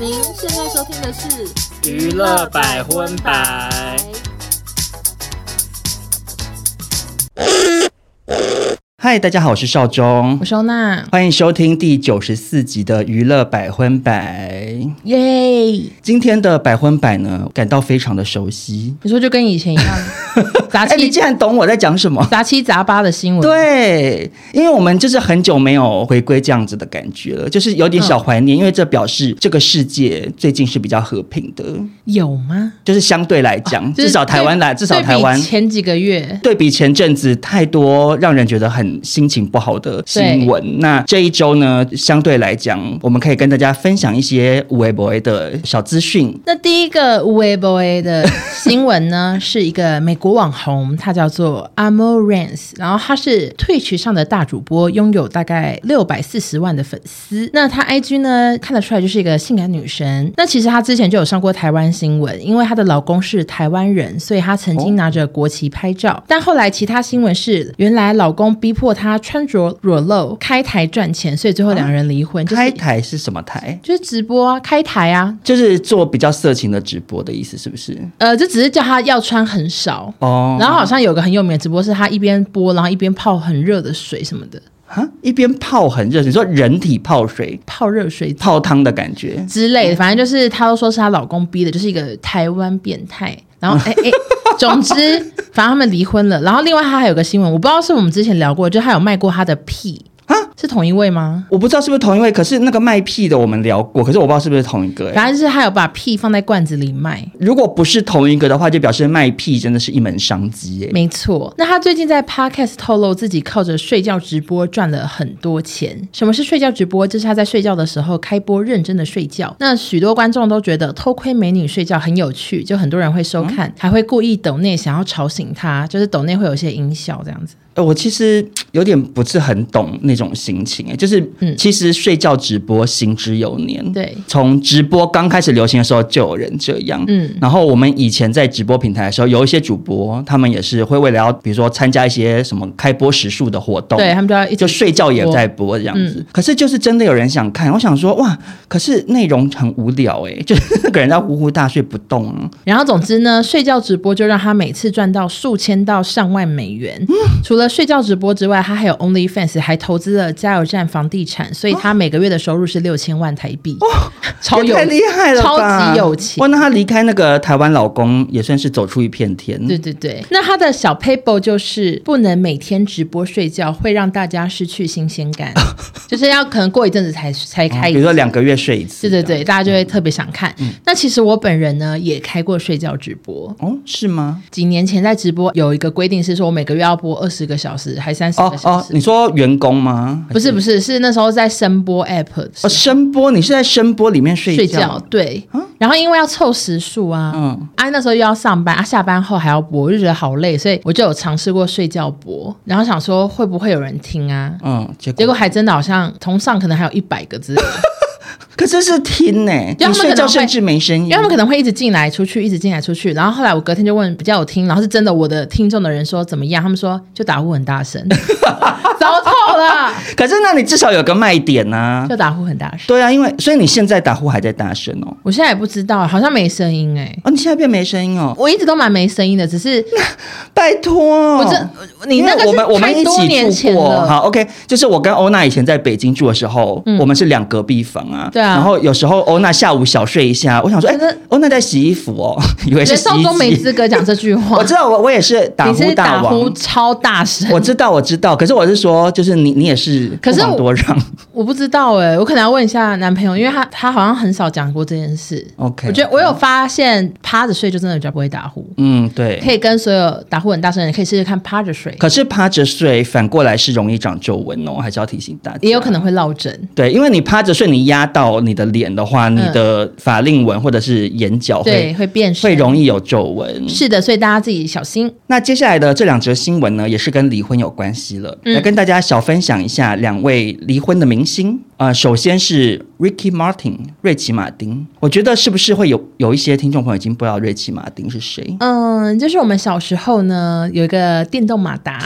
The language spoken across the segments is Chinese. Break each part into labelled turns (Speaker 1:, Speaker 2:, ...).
Speaker 1: 您现在收听的是《
Speaker 2: 娱乐百分百》。
Speaker 3: 嗨，大家好，我是邵忠
Speaker 1: 我，收纳，
Speaker 3: 欢迎收听第九十四集的娱乐百分百。
Speaker 1: 耶！
Speaker 3: 今天的百分百呢，感到非常的熟悉。
Speaker 1: 你说就跟以前 一样，杂
Speaker 3: 哎，你
Speaker 1: 七
Speaker 3: 竟然懂我在讲什 么？
Speaker 1: 杂七杂八的新闻，，
Speaker 3: 对，因为我们就是很久没有回归这样子的感觉了，就是有点小怀念，
Speaker 1: 嗯
Speaker 3: 因为这表示这个世界最近是比较和平的，
Speaker 1: 有吗？
Speaker 3: 就是相对来讲，
Speaker 1: 哦就是
Speaker 3: 嗯至少台湾来，
Speaker 1: 对
Speaker 3: 至少
Speaker 1: 对比
Speaker 3: 台湾
Speaker 1: 前几个月，
Speaker 3: 对比前阵子太多让人觉得很心情不好的新闻，那这一周呢，相对来讲，我们可以跟大家分享一些无微不微的小资讯。
Speaker 1: 那第一个 Weibo 的新闻呢，是一个美国网红，他叫做 Amorance，然后他是 Twitch 上的大主播，拥有大概六百四十万的粉丝。那他 IG 呢，看得出来就是一个性感女神。那其实她之前就有上过台湾新闻，因为她的老公是台湾人，所以她曾经拿着国旗拍照。但后来其他新闻是，原来老公逼迫她穿着裸露开台赚钱，所以最后两人离婚。就是
Speaker 3: 开台是什么台？
Speaker 1: 就是直播啊，开台啊，
Speaker 3: 就是做比较色情的直播的意思，是不是？
Speaker 1: 呃，这只是叫他要穿很少。
Speaker 3: 哦，
Speaker 1: 然后好像有个很有名的直播是他一边播，然后一边泡很热的水什么的，
Speaker 3: 哈，一边泡很热，你说人体泡水、
Speaker 1: 泡热水
Speaker 3: 泡汤的感觉，
Speaker 1: 之类的，反正就是她都说是她老公逼的，就是一个台湾变态。然后哎哎，总之，反正他们离婚了。然后另外她还有个新闻，我不知道是我们之前聊过，就她有卖过她的屁
Speaker 3: 啊，
Speaker 1: 是同一位吗？
Speaker 3: 我不知道是不是同一位，可是那个卖屁的我们聊过，可是我不知道是不是同一个、欸。
Speaker 1: 反正就是她有把屁放在罐子里卖。
Speaker 3: 如果不是同一个的话，就表示卖屁真的是一门商机、欸。
Speaker 1: 没错，那他最近在 podcast 透露自己靠着睡觉直播赚了很多钱。什么是睡觉直播？就是他在睡觉的时候开播，认真的睡觉。那许多观众都觉得偷窥美女睡觉很有趣，就很多人会收看，还会故意抖内想要吵醒她，就是抖内会有一些音效这样子。
Speaker 3: 呃，我其实有点不是很懂那种心情、欸，就是其实睡觉直播行之有年，
Speaker 1: 嗯对
Speaker 3: 从直播刚开始流行的时候就有人这样，
Speaker 1: 嗯
Speaker 3: 嗯，然后我们以前在直播平台的时候，有一些主播他们也是会为了要比如说参加一些什么开播时数的活动，
Speaker 1: 对他们就要一直嗯
Speaker 3: 就睡觉也在播这样子，可是就是真的有人想看，我想说哇，可是内容很无聊哎、欸，就是 那个人在呼呼大睡不动、啊，
Speaker 1: 然后总之呢，睡觉直播就让他每次赚到数千到上万美元。
Speaker 3: 嗯
Speaker 1: 除了睡觉直播之外，他还有 OnlyFans，还投资了加油站房地产，所以他每个月的收入是六千万台币， 超
Speaker 3: 哦也
Speaker 1: 有
Speaker 3: 太厉害了吧，
Speaker 1: 超级有钱
Speaker 3: 哇，。那她离开那个台湾老公也算是走出一片天。哦
Speaker 1: 对对对，那他的小 paper 就是不能每天直播睡觉，会让大家失去新鲜 感，就是要可能过一阵子才才开
Speaker 3: 哦比
Speaker 1: 一次
Speaker 3: 如说两个月嗯睡一次。
Speaker 1: 对对对，大家就会特别想看。那其实我本人呢也开过睡觉直播，
Speaker 3: 对。哦，是吗？
Speaker 1: 几年前在直播有一个规定是说，我每个月要播二十个小时还三十
Speaker 3: 哦
Speaker 1: 个小
Speaker 3: 哦，
Speaker 1: 时。
Speaker 3: 你说员工吗？
Speaker 1: 不是不是，是那时候在声波 app 的时
Speaker 3: 哦，
Speaker 1: 候
Speaker 3: 声波，你是在声波里面睡
Speaker 1: 睡觉，对，然后因为要凑时数啊，
Speaker 3: 嗯
Speaker 1: 啊那时候又要上班啊，下班后还要播，我就觉得好累，所以我就有尝试过睡觉播，然后想说会不会有人听啊？
Speaker 3: 嗯，结果
Speaker 1: 结果还真的好像同上可能还有一百 个之类的，
Speaker 3: 可是是听呢、
Speaker 1: 因为他们
Speaker 3: 你睡
Speaker 1: 可能
Speaker 3: 觉
Speaker 1: 会
Speaker 3: 甚至没声音
Speaker 1: 因为他们可能会一直进来出去，一直进来出去。然后后来我隔天就问比较有听，然后是真的我的听众的人说怎么样，他们说就打呼很大声， 糟透了，
Speaker 3: 可是那你至少有个卖点呐、啊。
Speaker 1: 就打呼很大声。
Speaker 3: 对啊，因为所以你现在打呼还在大声哦。
Speaker 1: 我现在也不知道，好像没声音哎、
Speaker 3: 哦，你现在变没声音哦，
Speaker 1: 我一直都蛮没声音的，只是
Speaker 3: 拜托。
Speaker 1: 我这、你
Speaker 3: 因为
Speaker 1: 那个
Speaker 3: 我们我
Speaker 1: 是
Speaker 3: 们
Speaker 1: 太
Speaker 3: 一
Speaker 1: 多年
Speaker 3: 起
Speaker 1: 前
Speaker 3: 住过，
Speaker 1: 了，嗯
Speaker 3: 好，OK，就是我跟欧娜以前在北京住的时候，我们是两隔壁房啊。
Speaker 1: 对啊
Speaker 3: 然后有时候欧娜下午小睡一下，我想说，哎、
Speaker 1: 可是
Speaker 3: 欧娜在洗衣服哦， 以为
Speaker 1: 我觉
Speaker 3: 是
Speaker 1: 得
Speaker 3: 洗
Speaker 1: 少
Speaker 3: 衣
Speaker 1: 中没
Speaker 3: 机。
Speaker 1: 资格讲这句话
Speaker 3: 我。知道，我我也是打
Speaker 1: 你
Speaker 3: 呼
Speaker 1: 是打
Speaker 3: 王
Speaker 1: 呼。超大声，
Speaker 3: 我知道，我知道，可是我是说，就是你，你也是
Speaker 1: 可
Speaker 3: 不
Speaker 1: 是
Speaker 3: 遑
Speaker 1: 我
Speaker 3: 多让。
Speaker 1: 我不知道哎、我可能要问一下男朋友，因为他他好像很少讲过这件事。
Speaker 3: OK
Speaker 1: 我觉得我有发现趴着睡就真的比较不会打呼，
Speaker 3: 嗯，对。
Speaker 1: 可以跟所有打呼很大声的人可以试试看趴着睡，
Speaker 3: 可是趴着睡反过来是容易长皱纹哦，还是要提醒大家。
Speaker 1: 也有可能会落枕。
Speaker 3: 对，因为你趴着睡，你压到你的脸的话，你的法令纹或者是眼角
Speaker 1: 嗯对，
Speaker 3: 会
Speaker 1: 会变
Speaker 3: 会
Speaker 1: 深。
Speaker 3: 容易有皱纹。
Speaker 1: 是的，所以大家自己小心。
Speaker 3: 那接下来的这两则新闻呢，也是跟离婚有关系了，
Speaker 1: 嗯
Speaker 3: 来跟大家小分享一下两位离婚的明星。呃，首先是 Ricky Martin 瑞奇马丁，我觉得是不是会有有一些听众朋友已经不知道瑞奇马丁是谁？
Speaker 1: 嗯，就是我们小时候呢，有一个电动马达，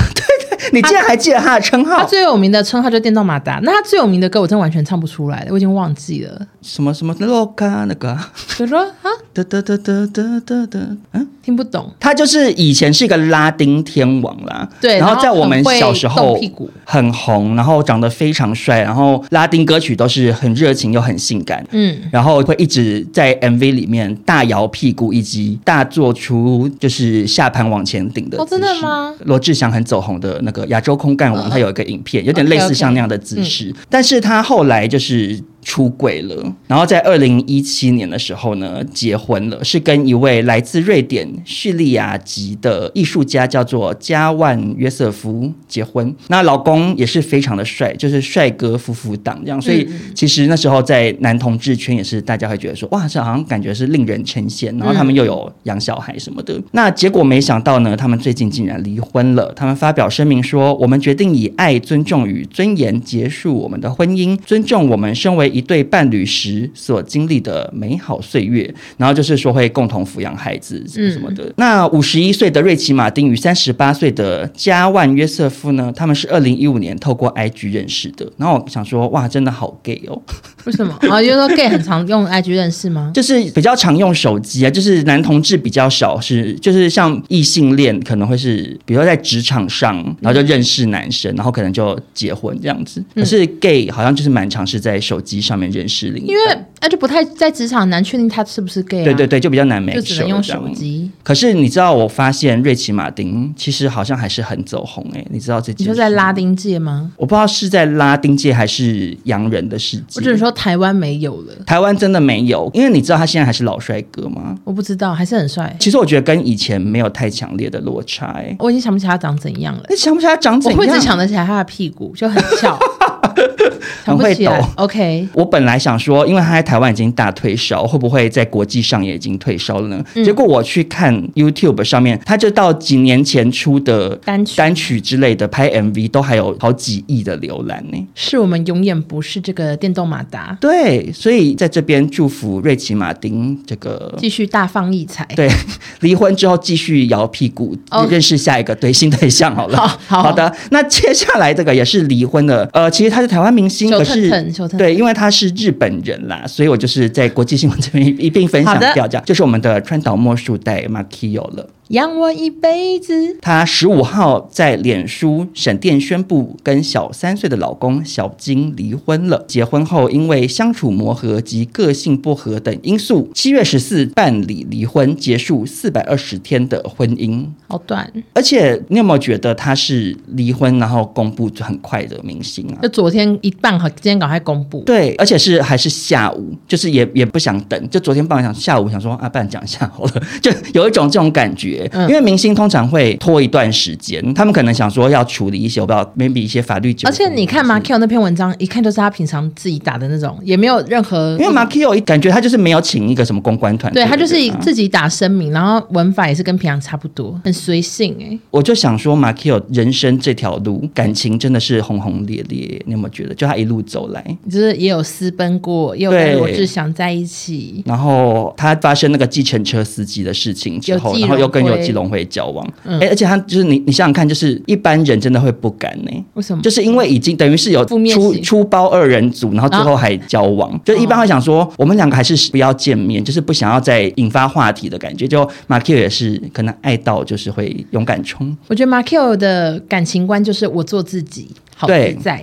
Speaker 3: 你竟然还记得他的称
Speaker 1: 他
Speaker 3: 号？
Speaker 1: 最有名的称号就是电动马达，那他最有名的歌我真的完全唱不出来了，我已经忘记了。
Speaker 3: 什么什么洛卡那个啊，
Speaker 1: 我说啊，
Speaker 3: 哒哒哒哒哒哒哒，嗯。
Speaker 1: 听不懂。
Speaker 3: 他就是以前是一个拉丁天王啦，
Speaker 1: 对
Speaker 3: 然
Speaker 1: 然
Speaker 3: 后
Speaker 1: 后
Speaker 3: 在我们
Speaker 1: 很会
Speaker 3: 小时
Speaker 1: 动
Speaker 3: 候
Speaker 1: 屁股
Speaker 3: 很红，然后长得非常帅，然后拉丁歌曲都是很热情又很性感，
Speaker 1: 嗯，
Speaker 3: 然后会一直在 MV 里面大摇屁股，以及大做出就是下盘往前顶的
Speaker 1: 哦，
Speaker 3: 姿
Speaker 1: 真
Speaker 3: 势。
Speaker 1: 的吗？
Speaker 3: 罗志祥很走红的那个亚洲空干王，他有一个影片，有点类似
Speaker 1: OK，OK
Speaker 3: 像那样的姿势，但是他后来就是出轨了，然后在二零一七年的时候呢，结婚了，是跟一位来自瑞典叙利亚籍的艺术家叫做加万约瑟夫结婚。那老公也是非常的帅，就是帅哥夫妇档这样，所以其实那时候在男同志圈也是大家会觉得说，哇，这好像感觉是令人称羡，然后他们又有养小孩什么的。那结果没想到呢，他们最近竟然离婚了。他们发表声明说，我们决定以爱、尊重与尊严结束我们的婚姻，尊重我们身为一对伴侣时所经历的美好岁月。然后就是说会共同抚养孩子什么什么的。那五十一岁的瑞奇·马丁与三十八岁的加万约瑟夫呢，他们是二零一五年透过 IG 认识的。然后我想说，哇，真的好 gay 哦。
Speaker 1: 为什么？啊，就是说 gay 很常 用 IG 认识吗？
Speaker 3: 就是比较常用手机啊，就是男同志比较少是，就是像异性恋可能会是，比如说在职场上，然后就认识男生，然后可能就结婚这样子。
Speaker 1: 嗯
Speaker 3: 可是 gay 好像就是蛮常是在手机上面认识另一
Speaker 1: 因为
Speaker 3: 半。
Speaker 1: 那就不太在职场很难确定他是不是 gay，、啊、
Speaker 3: 对对对，就比较难 make
Speaker 1: 就只能
Speaker 3: sure
Speaker 1: 用
Speaker 3: 这样
Speaker 1: 手机。
Speaker 3: 可是你知道，我发现瑞奇马丁其实好像还是很走红诶、欸你知道这
Speaker 1: 你
Speaker 3: 件
Speaker 1: 说
Speaker 3: 事
Speaker 1: 在拉
Speaker 3: 吗，
Speaker 1: 丁界吗？
Speaker 3: 我不知道是在拉丁界还是洋人的世界。
Speaker 1: 我只能说台湾没有了，
Speaker 3: 台湾真的没有，因为你知道他现在还是老帅哥吗？
Speaker 1: 我不知道，还是 很帅。
Speaker 3: 其实我觉得跟以前没有太强烈的落差、欸。
Speaker 1: 我已经想不起他长怎样了。
Speaker 3: 你想不起来他长
Speaker 1: 我
Speaker 3: 怎样？
Speaker 1: 会只想得起来他的屁股，就很 翘，想
Speaker 3: 很
Speaker 1: 不
Speaker 3: 会
Speaker 1: 起来
Speaker 3: 抖。
Speaker 1: OK，
Speaker 3: 我本来想说，因为他在台湾已经大退烧，会不会在国际上也已经退烧了呢？
Speaker 1: 嗯
Speaker 3: 结果我去看 YouTube 上面，他就到几年前出的
Speaker 1: 单曲
Speaker 3: 单曲之类的拍 MV，都还有好几亿的浏览呢、
Speaker 1: 是我们永远不是这个电动马达，
Speaker 3: 对，所以在这边祝福瑞奇马丁这个
Speaker 1: 继续大放异彩。
Speaker 3: 对， 离婚之后继续摇屁股
Speaker 1: 哦
Speaker 3: 认识下一个对新对象好了。
Speaker 1: 好好
Speaker 3: 的，那接下来这个也是离婚的，呃，其实他是台湾明星，
Speaker 1: 小
Speaker 3: 可是
Speaker 1: 腾腾小腾腾
Speaker 3: 对，因为他是日本人啦，所以我就是在国际新闻这边一并分享
Speaker 1: 好的
Speaker 3: 掉，这样就是我们的川岛茉树代 Makio 了。
Speaker 1: 养我一辈子，
Speaker 3: 她十五号在脸书沈殿宣布跟小三岁的老公小金离婚了。结婚后，因为相处磨合及个性不合等因素，七月十四办理离婚，结束四百二十天的婚姻。
Speaker 1: 好短，
Speaker 3: 而且，你有没有觉得她是离婚然后公布就很快的明星啊？
Speaker 1: 就昨天一半好，今天赶快公布。
Speaker 3: 对，而且是还是下午，就是也也不想等，就昨天傍晚想下午想说啊，不然讲一下好了， 就有一种这种感觉，
Speaker 1: 嗯
Speaker 3: 因为明星通常会拖一段时间，他们可能想说要处理一些我不知道 maybe 一些法律纠
Speaker 1: 而
Speaker 3: 纷，啊
Speaker 1: 且你看马 Q 那篇文章，一看就是他平常自己打的那种，也没有任何
Speaker 3: 因为马 Q 感觉他就是没有请一个什么公关团队
Speaker 1: 对
Speaker 3: 的人啊，
Speaker 1: 他就是自己打声明，然后文法也是跟平常差不多，很随性哎、
Speaker 3: 我就想说马 Q 人生这条路感情真的是轰轰烈烈，你有没有觉得？就他一路走来，
Speaker 1: 就是也有私奔过，也有跟
Speaker 3: 对
Speaker 1: 罗志祥在一起，
Speaker 3: 然后他发生那个计程车司机的事情之后，
Speaker 1: 有纪
Speaker 3: 然后又跟
Speaker 1: 龙
Speaker 3: 有
Speaker 1: 辉嗯
Speaker 3: 纪龙辉交往，哎、而且他就是你，你想想看，就是一般人真的会不敢呢、
Speaker 1: 为什么？
Speaker 3: 就是因为已经等于是有
Speaker 1: 负面
Speaker 3: 出
Speaker 1: 型
Speaker 3: 出包二人组，然后最
Speaker 1: 然后
Speaker 3: 后还交往，就一般
Speaker 1: 哦
Speaker 3: 会想说我们两个还是不要见面，就是不想要再引发话题的感觉。就马 Q 也是可能爱到就是会勇敢冲，
Speaker 1: 我觉得马 Q 的感情观就是我做自己，好
Speaker 3: 对
Speaker 1: 自在。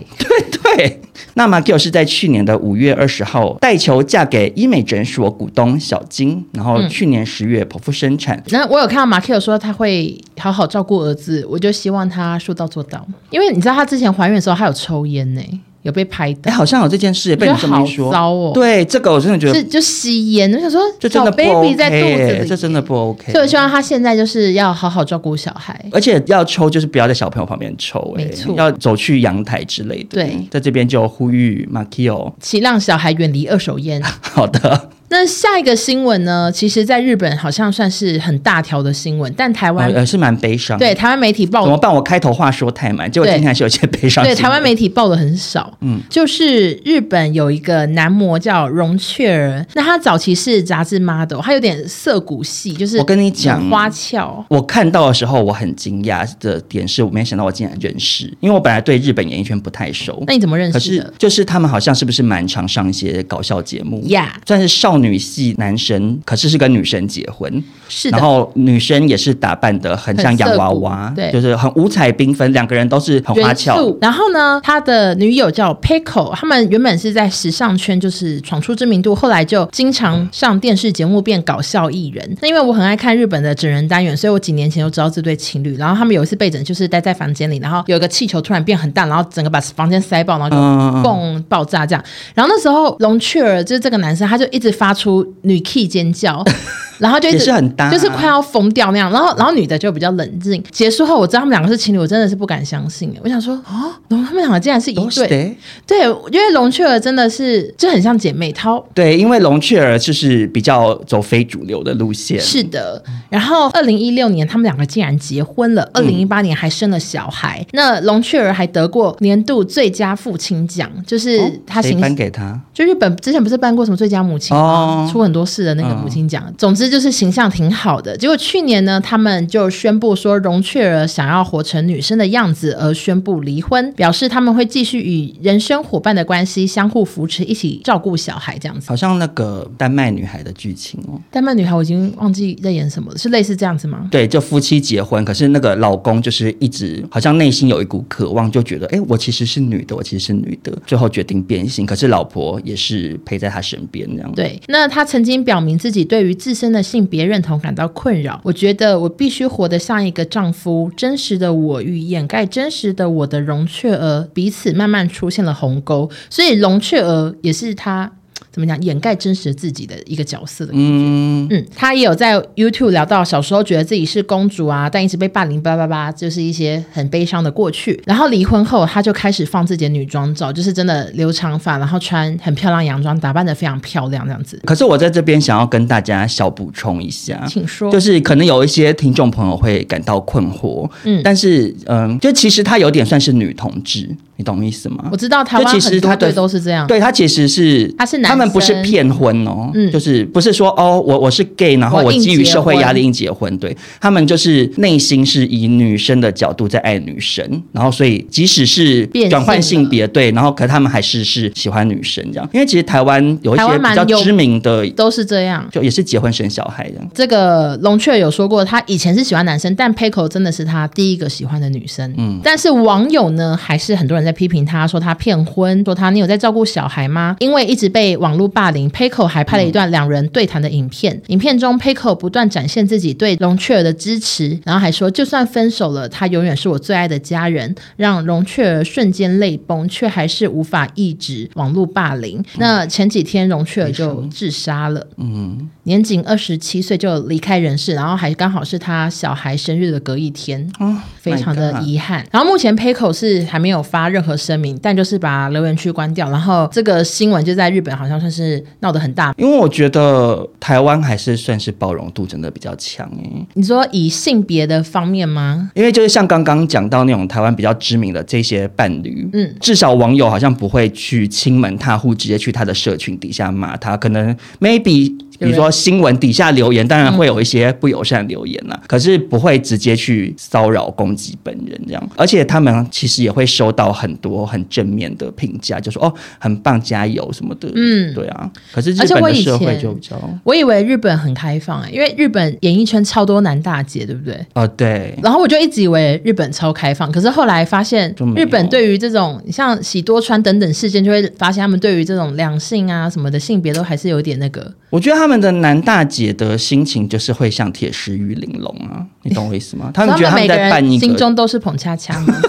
Speaker 3: 对，那马 Q 是在去年的五月二十号带球嫁给医美诊所股东小金，然后
Speaker 1: 嗯
Speaker 3: 去年十月剖腹生产。
Speaker 1: 那我有看到马 Q 说他会好好照顾儿子，我就希望他说到做到，因为你知道他之前怀孕的时候，他有抽烟呢、有被拍
Speaker 3: 哎、
Speaker 1: 到，
Speaker 3: 好像有这件事，被你这么一
Speaker 1: 我
Speaker 3: 说，
Speaker 1: 觉得好糟哦
Speaker 3: 对，这个我真的觉
Speaker 1: 是
Speaker 3: 得
Speaker 1: 就吸烟，我想说
Speaker 3: 这真的
Speaker 1: 小
Speaker 3: 不 OK，
Speaker 1: baby 在肚子
Speaker 3: 耶
Speaker 1: 里，
Speaker 3: 这真的不 OK
Speaker 1: 所以。我希望他现在就是要好好照顾小孩。
Speaker 3: 而且要抽就是不要在小朋友旁边抽、哎
Speaker 1: 没错
Speaker 3: 要走去阳台之类的。
Speaker 1: 对
Speaker 3: 在这边就呼吁马 k i o
Speaker 1: 请让小孩远离二手烟。
Speaker 3: 好的，
Speaker 1: 那下一个新闻呢？其实，在日本好像算是很大条的新闻，但台
Speaker 3: 呃
Speaker 1: 湾、
Speaker 3: 呃是蛮悲伤的。
Speaker 1: 对台湾媒体报
Speaker 3: 怎么办？我开头话说太满，结果
Speaker 1: 对
Speaker 3: 今天还是有一些悲伤新
Speaker 1: 对
Speaker 3: 闻。
Speaker 1: 台湾媒体报的很少，嗯，就是日本有一个男模叫荣雀儿，那他早期是杂志 model，他有点涩谷系，就是
Speaker 3: 我跟你讲
Speaker 1: 很花俏，
Speaker 3: 我看到的时候，我很惊讶的点是我没想到我竟然认识，因为我本来对日本演艺圈不太熟。
Speaker 1: 那你怎么认
Speaker 3: 可
Speaker 1: 识
Speaker 3: 是
Speaker 1: 的？
Speaker 3: 就是他们好像是不是蛮常上一些搞笑节目
Speaker 1: Yeah
Speaker 3: 算是少女系男生，可是是跟女生结婚，
Speaker 1: 是
Speaker 3: 然
Speaker 1: 的，
Speaker 3: 后女生也是打扮的很像
Speaker 1: 很
Speaker 3: 洋
Speaker 1: 涩
Speaker 3: 娃
Speaker 1: 谷
Speaker 3: 娃，
Speaker 1: 对
Speaker 3: 就是很五彩缤纷，两个人都是很花
Speaker 1: 元
Speaker 3: 俏
Speaker 1: 素。。然后呢，他的女友叫 Pico，他们原本是在时尚圈就是闯出知名度，后来就经常上电视节目变搞笑艺人。那因为我很爱看日本的整人单元，所以我几年前就知道这对情侣。然后他们有一次被整，就是待在房间里，然后有一个气球突然变很大，然后整个把房间塞爆，然后就
Speaker 3: 嗯，
Speaker 1: 蹦爆炸这样。然后那时候龙雀儿就是这个男生，他就一直发出女 key 尖 叫，然后就一
Speaker 3: 也
Speaker 1: 直
Speaker 3: 是很搭啊
Speaker 1: 就是快要疯掉那样。然后然后女的就比较冷静。结束后我知道他们两个是情侣，我真的是不敢相信。我想说哦，龙他们两个竟然是一
Speaker 3: 啊都是
Speaker 1: 对，
Speaker 3: 的。
Speaker 1: 对，因为龙雀儿真的是就很像姐妹淘。
Speaker 3: 对，因为龙雀儿就是比较走非主流的路线，
Speaker 1: 是的，
Speaker 3: 嗯
Speaker 1: 然后二零一六年他们两个竟然结婚了，二零一八年还生了小孩。那龙雀儿还得过年度最佳父亲奖，就是
Speaker 3: 哦
Speaker 1: 他
Speaker 3: 谁
Speaker 1: 行
Speaker 3: 颁给他？
Speaker 1: 就日本之前不是办过什么最佳母亲吗？
Speaker 3: 哦嗯
Speaker 1: 出很多事的那个母亲奖。总之就是形象挺好的。结果去年呢，他们就宣布说容雀儿想要活成女生的样子，而宣布离婚，表示他们会继续与人生伙伴的关系相互扶持，一起照顾小孩这样子。
Speaker 3: 好像那个丹麦女孩的剧情哦。
Speaker 1: 丹麦女孩我已经忘记在演什么了，是类似这样子吗？
Speaker 3: 对，就夫妻结婚，可是那个老公就是一直好像内心有一股渴望，就觉得哎、诶我其实是女的，我其实是女的，最后决定变性，可是老婆也是陪在他身边这样。
Speaker 1: 对，那他曾经表明自己对于自身的性别认同感到困扰。我觉得我必须活得像一个丈夫，真实的我与掩盖真实的我的容雀儿彼此慢慢出现了鸿沟，所以容雀儿也是他。怎么讲？掩盖真实自己的一个角色的
Speaker 3: 嗯，
Speaker 1: 嗯，他也有在 YouTube 聊到小时候觉得自己是公主啊，但一直被霸凌，叭叭叭，就是一些很悲伤的过去。然后离婚后，他就开始放自己的女装照，就是真的留长发，然后穿很漂亮洋装，打扮得非常漂亮这样子。
Speaker 3: 可是我在这边想要跟大家小补充一下，
Speaker 1: 请说，
Speaker 3: 啊就是可能有一些听众朋友会感到困惑，
Speaker 1: 嗯
Speaker 3: 但是嗯，就其实她有点算是女同志，你懂意思吗
Speaker 1: 我？知道台
Speaker 3: 就
Speaker 1: 湾
Speaker 3: 其实
Speaker 1: 很多
Speaker 3: 他的
Speaker 1: 队都是这样，
Speaker 3: 对她其实是，
Speaker 1: 他是男
Speaker 3: 他们不是
Speaker 1: 生
Speaker 3: 骗婚哦，
Speaker 1: 嗯
Speaker 3: 就是不是说哦，我我是 gay，然后
Speaker 1: 我
Speaker 3: 我
Speaker 1: 硬
Speaker 3: 基于
Speaker 1: 结
Speaker 3: 社会压
Speaker 1: 婚
Speaker 3: 力硬结婚，对他们就是内心是以女生的角度在爱女生，然后所以即使是
Speaker 1: 变
Speaker 3: 转换
Speaker 1: 性
Speaker 3: 性别，对，然后可他们还是是喜欢女生这样，因为其实台湾有一
Speaker 1: 台
Speaker 3: 些
Speaker 1: 湾
Speaker 3: 比
Speaker 1: 蛮
Speaker 3: 较
Speaker 1: 有
Speaker 3: 知名的，
Speaker 1: 都是这样。
Speaker 3: 就也是结婚生小孩的。
Speaker 1: 这个龙雀有说过，他以前是喜欢男生，但 Peiko 真的是他第一个喜欢的女生。嗯，但是网友呢，还是很多人在批评他，说他骗婚，说他你有在照顾小孩吗？因为一直被网络霸凌，Peiko 还拍了一段两人对谈的影片。影片中，Peiko 不断展现自己对龙雀儿的支持，然后还说，就算分手了，他永远是我最爱的家人，让龙雀儿瞬间泪崩，却还是无法抑制网络霸凌。那前几天，龙雀儿就自杀了。年仅二十七岁就离开人世，然后还刚好是他小孩生日的隔一天，
Speaker 3: 哦
Speaker 1: 非常的
Speaker 3: my god
Speaker 1: 遗憾。然后目前 Payco 是还没有发任何声明，但就是把留言区关掉。然后这个新闻就在日本好像算是闹得很大。
Speaker 3: 因为我觉得台湾还是算是包容度真的比较强诶、
Speaker 1: 你说以性别的方面吗？
Speaker 3: 因为就是像刚刚讲到那种台湾比较知名的这些伴侣，
Speaker 1: 嗯
Speaker 3: 嗯，至少网友好像不会去亲门踏户，直接去他的社群底下骂他，可能 maybe。比如说新闻底下留言，当然会有一些不友善留言啦、
Speaker 1: 嗯
Speaker 3: 可是不会直接去骚扰攻击本人这样。而且他们其实也会收到很多很正面的评价，就说哦很棒，加油什么的。
Speaker 1: 嗯
Speaker 3: 嗯，对啊。可是日
Speaker 1: 而且
Speaker 3: 本
Speaker 1: 我
Speaker 3: 的
Speaker 1: 以
Speaker 3: 社会
Speaker 1: 前
Speaker 3: 就比较
Speaker 1: 我以为日本很开放、欸，因为日本演艺圈超多男大姐，对不对？
Speaker 3: 哦，对，
Speaker 1: 然后我就一直以为日本超开放，可是后来发现
Speaker 3: 就没
Speaker 1: 日
Speaker 3: 有
Speaker 1: 本对于这种像喜多川等等事件，就会发现他们对于这种两性啊什么的性别都还是有点那个。
Speaker 3: 我觉得他们的男大姐的心情就是会像铁 石鱼玲珑啊，你懂我意思吗？他们觉得他们
Speaker 1: 每个
Speaker 3: 在
Speaker 1: 人
Speaker 3: 办一
Speaker 1: 心
Speaker 3: 个，
Speaker 1: 中都是捧恰恰吗？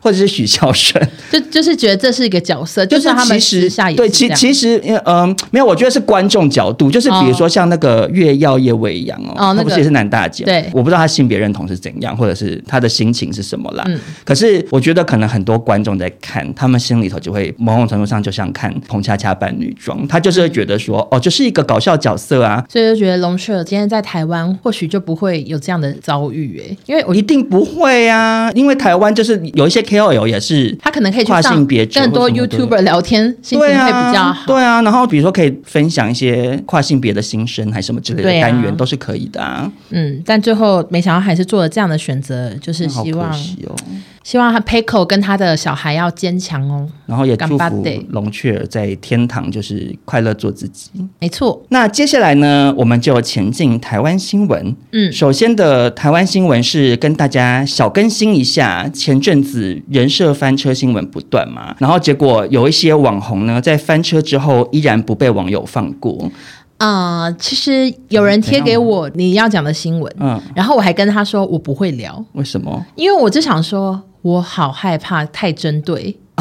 Speaker 3: 或者是许孝顺，
Speaker 1: 就就是觉得这是一个角 色， 就是算他们
Speaker 3: 其实
Speaker 1: 私下也
Speaker 3: 对，
Speaker 1: 是
Speaker 3: 其
Speaker 1: 这样哦
Speaker 3: 其实因为嗯，没有，我觉得是观众角度，就是比如说像那个月耀叶未央哦，
Speaker 1: 哦那
Speaker 3: 他
Speaker 1: 个
Speaker 3: 不是也是男大姐，
Speaker 1: 对
Speaker 3: 我不知道他性别认同是怎样，或者是他的心情是什么啦。
Speaker 1: 嗯
Speaker 3: 可是我觉得可能很多观众在看，他们心里头就会某种程度上就像看彭恰恰扮女装，他就是会觉得说，哦，就是一个搞笑角色啊，
Speaker 1: 所以就觉得龙雀今天在台湾或许就不会有这样的遭遇、欸，因为我
Speaker 3: 哦一定不会啊，因为台湾就是有一些 KOL 也是
Speaker 1: 他可能可以去
Speaker 3: 跨
Speaker 1: 上
Speaker 3: 性别者
Speaker 1: 更多
Speaker 3: 或什么的
Speaker 1: YouTuber 聊天，心情会
Speaker 3: 对
Speaker 1: 比较
Speaker 3: 啊，
Speaker 1: 好。
Speaker 3: 对啊，然后比如说可以分享一些跨性别的心声，还是什么之类的
Speaker 1: 对啊
Speaker 3: 单元、都是可以的啊。
Speaker 1: 嗯，但最后没想到还是做了这样的选择，就是
Speaker 3: 那好
Speaker 1: 希望
Speaker 3: 可惜哦。
Speaker 1: 希望他 Paco 跟他的小孩要坚强哦。
Speaker 3: 然后也
Speaker 1: 干
Speaker 3: 祝
Speaker 1: 巴
Speaker 3: 福
Speaker 1: 得
Speaker 3: 龙雀儿在天堂就是快乐做自己。
Speaker 1: 没错，
Speaker 3: 那接下来呢，我们就前进台湾新闻。
Speaker 1: 嗯
Speaker 3: 首先的台湾新闻是跟大家小更新一下，前阵子人设翻车新闻不断嘛，然后结果有一些网红呢，在翻车之后依然不被网友放过。
Speaker 1: 啊、其实有人贴给我你要讲的新闻，
Speaker 3: 嗯，
Speaker 1: 然后我还跟他说我不会聊，
Speaker 3: 为什么？
Speaker 1: 因为我只想说我好害怕太针对，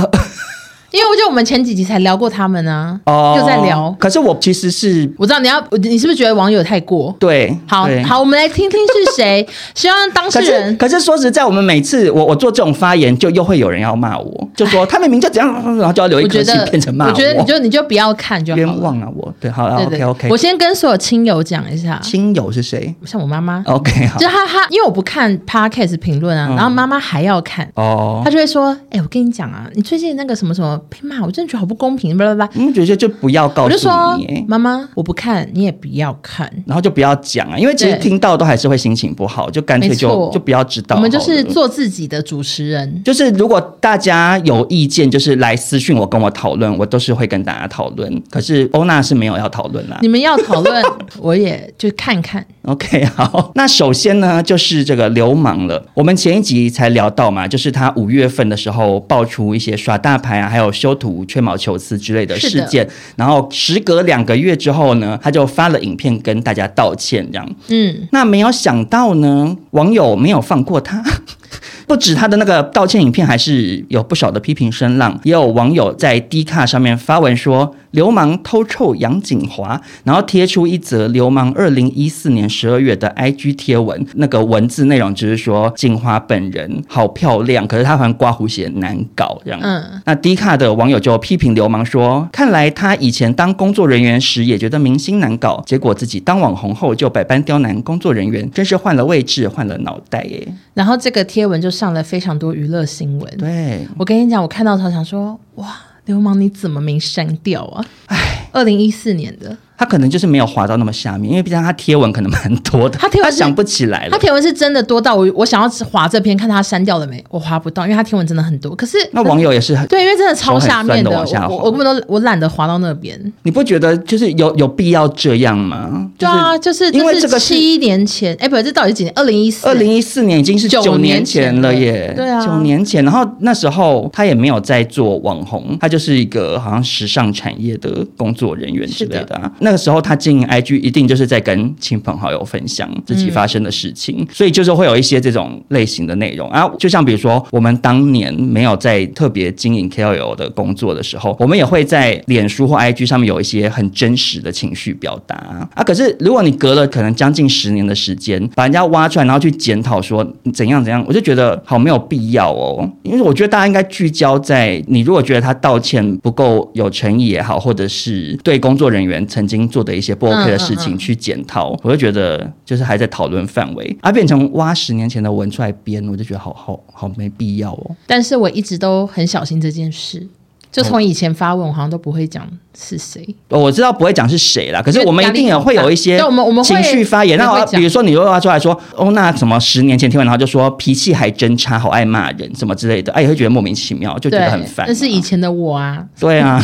Speaker 1: 因为我觉得我们前几集才聊过他们啊，又在聊。
Speaker 3: 可是我其实是
Speaker 1: 我知道你要，你是不是觉得网友太过？
Speaker 3: 对，
Speaker 1: 好
Speaker 3: 对
Speaker 1: 好，我们来听听 是谁，希望当事
Speaker 3: 可是，
Speaker 1: 人
Speaker 3: 可是说实在，我们每次我我做这种发言，就又会有人要骂我，就说他明明就怎样，然后就要留一
Speaker 1: 我觉
Speaker 3: 颗心
Speaker 1: 得，
Speaker 3: 变成骂
Speaker 1: 觉得你就你就不要看就好了。
Speaker 3: 冤枉啊！我对，好
Speaker 1: 对对
Speaker 3: ，OK
Speaker 1: 对
Speaker 3: OK。
Speaker 1: 我先跟所有亲友讲一下，
Speaker 3: 亲友是谁
Speaker 1: 像我妈妈，
Speaker 3: ？OK 好
Speaker 1: 就她她，因为我不看 podcast 评论啊，
Speaker 3: 嗯
Speaker 1: 然后妈妈还要看。
Speaker 3: 哦
Speaker 1: 她。就会说：“哎、我跟你讲啊，你最近那个什么什么被骂，我真的觉得好不公平，巴拉巴拉。
Speaker 3: 你们觉得就嗯不要”告
Speaker 1: 我就
Speaker 3: 诉
Speaker 1: 说
Speaker 3: 你耶，：“
Speaker 1: 妈妈，我不看，你也不要看，
Speaker 3: 然后就不要讲啊，因为其实
Speaker 1: 对
Speaker 3: 听到都还是会心情不好，就干脆
Speaker 1: 没
Speaker 3: 就
Speaker 1: 错
Speaker 3: 就不要知道好
Speaker 1: 我
Speaker 3: 了。
Speaker 1: 们就是做自己的主持人。
Speaker 3: 就是如果大家有意见，就是来私讯我跟我讨论，我都是会跟大家讨论。可是欧娜是没有要讨论啦。
Speaker 1: 你们要讨 论，我也就看看。
Speaker 3: OK，好， 那首先呢，就是这个流氓了。我们前一集才聊到嘛，就是他五月份的时候爆出一些耍大牌啊，还有修图、吹毛求疵之类的
Speaker 1: 是
Speaker 3: 事
Speaker 1: 的
Speaker 3: 件。然后时隔两个月之后呢，他就发了影片跟大家道歉，这样。
Speaker 1: 嗯，
Speaker 3: 那没有想到呢，网友没有放过他。 不止他的那个道歉影片，还是有不少的批评声浪，也有网友在 D 卡上面发文说“流氓偷臭杨景华”，然后贴出一则流氓二零一四年十二月的 IG 贴文，那个文字内容就是说景华本人好漂亮，可是她好像刮胡写难搞这样。
Speaker 1: 嗯
Speaker 3: 那 D 卡的网友就批评流氓说：“看来他以前当工作人员时也觉得明星难搞，结果自己当网红后就百般刁难工作人员，真是换了位置，换了脑袋耶。
Speaker 1: 然后这个贴文就上了非常多娱乐新闻”。
Speaker 3: 对，
Speaker 1: 我跟你讲，我看到他想说，哇，流氓你怎么没删掉啊？哎，二零一四年的，
Speaker 3: 他可能就是没有滑到那么下面，因为毕竟他贴文可能蛮多的，
Speaker 1: 他贴文是
Speaker 3: 想不起来
Speaker 1: 啊他
Speaker 3: 了。
Speaker 1: 贴文是真的多到我，我想要划这篇看他删掉了没，我划不到，因为他贴文真的很多。可是
Speaker 3: 那网友也是很，
Speaker 1: 对，因为真的超下面
Speaker 3: 手很酸
Speaker 1: 我
Speaker 3: 的往下滑
Speaker 1: 我我根本都我懒得划到那边。
Speaker 3: 你不觉得就是有有必要这样吗？
Speaker 1: 对啊，就是
Speaker 3: 因为这个是
Speaker 1: 七年前，哎，不，这到底几年？二零一四，
Speaker 3: 二零一四年已经是
Speaker 1: 九
Speaker 3: 九
Speaker 1: 年
Speaker 3: 年
Speaker 1: 前
Speaker 3: 前了耶，
Speaker 1: 对啊
Speaker 3: 九年前。然后那时候他也没有在做网红，他就是一个好像时尚产业的工作人员之类的、啊。那个时候他经营 IG，一定就是在跟亲朋好友分享自己发生的事情，
Speaker 1: 嗯
Speaker 3: 所以就是会有一些这种类型的内容啊。就像比如说我们当年没有在特别经营 KOL 的工作的时候，我们也会在脸书或 IG 上面有一些很真实的情绪表达啊。可是如果你隔了可能将近十年的时间，把人家挖出来，然后去检讨说你怎样怎样，我就觉得好没有必要哦。因为我觉得大家应该聚焦在你如果觉得他道歉不够有诚意也好，或者是对工作人员曾经做的一些不 OK 的事
Speaker 1: 嗯嗯
Speaker 3: 情
Speaker 1: 嗯
Speaker 3: 去检讨，我就觉得就是还在讨论范围，而、变成挖十年前的文出来编，我就觉得好好好没必要哦。
Speaker 1: 欸但是我一直都很小心这件事。就从以前发问，我好像都不会讲是谁。
Speaker 3: 哦我知道不会讲是谁啦，可是
Speaker 1: 因为
Speaker 3: 我们一定也会有一些
Speaker 1: 压力很大对我们我们会
Speaker 3: 情绪发言。
Speaker 1: 我们
Speaker 3: 那
Speaker 1: 会
Speaker 3: 我
Speaker 1: 讲
Speaker 3: 比如说你又挖出来说，哦，那什么十年前听完，然后就说脾气还真差，好爱骂人什么之类的，哎，也会觉得莫名其妙，就觉
Speaker 1: 对
Speaker 3: 得很，烦。
Speaker 1: 那是以前的我啊。
Speaker 3: 对啊。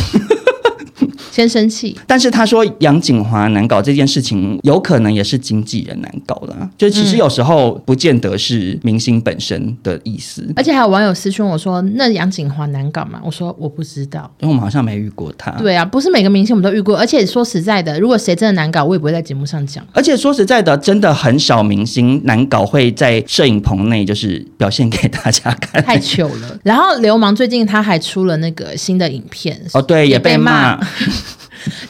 Speaker 1: 先生气，
Speaker 3: 但是他说杨景华难搞这件事情，有可能也是经纪人难搞啦。就其实有时候不见得是明星本身的意思，
Speaker 1: 而且还有网友私讯我说：“那杨景华难搞吗？”我说：“我不知道。
Speaker 3: 因为我们好像没遇过他。”。
Speaker 1: 对啊，不是每个明星我们都遇过，而且说实在的，如果谁真的难搞，我也不会在节目 上讲。
Speaker 3: 而且说实在的，真的很少明星难搞会在摄影棚内就是表现给大家看。
Speaker 1: 太糗了。然后流氓最近他还出了那个新的影片，
Speaker 3: 哦，对，也被
Speaker 1: 被
Speaker 3: 骂。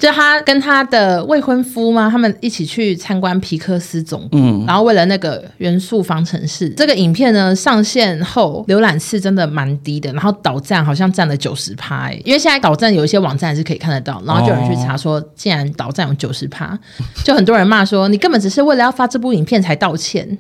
Speaker 1: 就他跟他的未婚夫嘛，他们一起去参观皮克斯总部，
Speaker 3: 嗯
Speaker 1: 然后为了那个元素方程式这个影片呢上线后，浏览次真的蛮低的，然后导赞好像占了九十趴，欸因为现在导赞有一些网站是可以看得到，然后就有人去查说，竟然导赞有九 十趴，就很多人骂说你根本只是为了要发这部影片才道歉，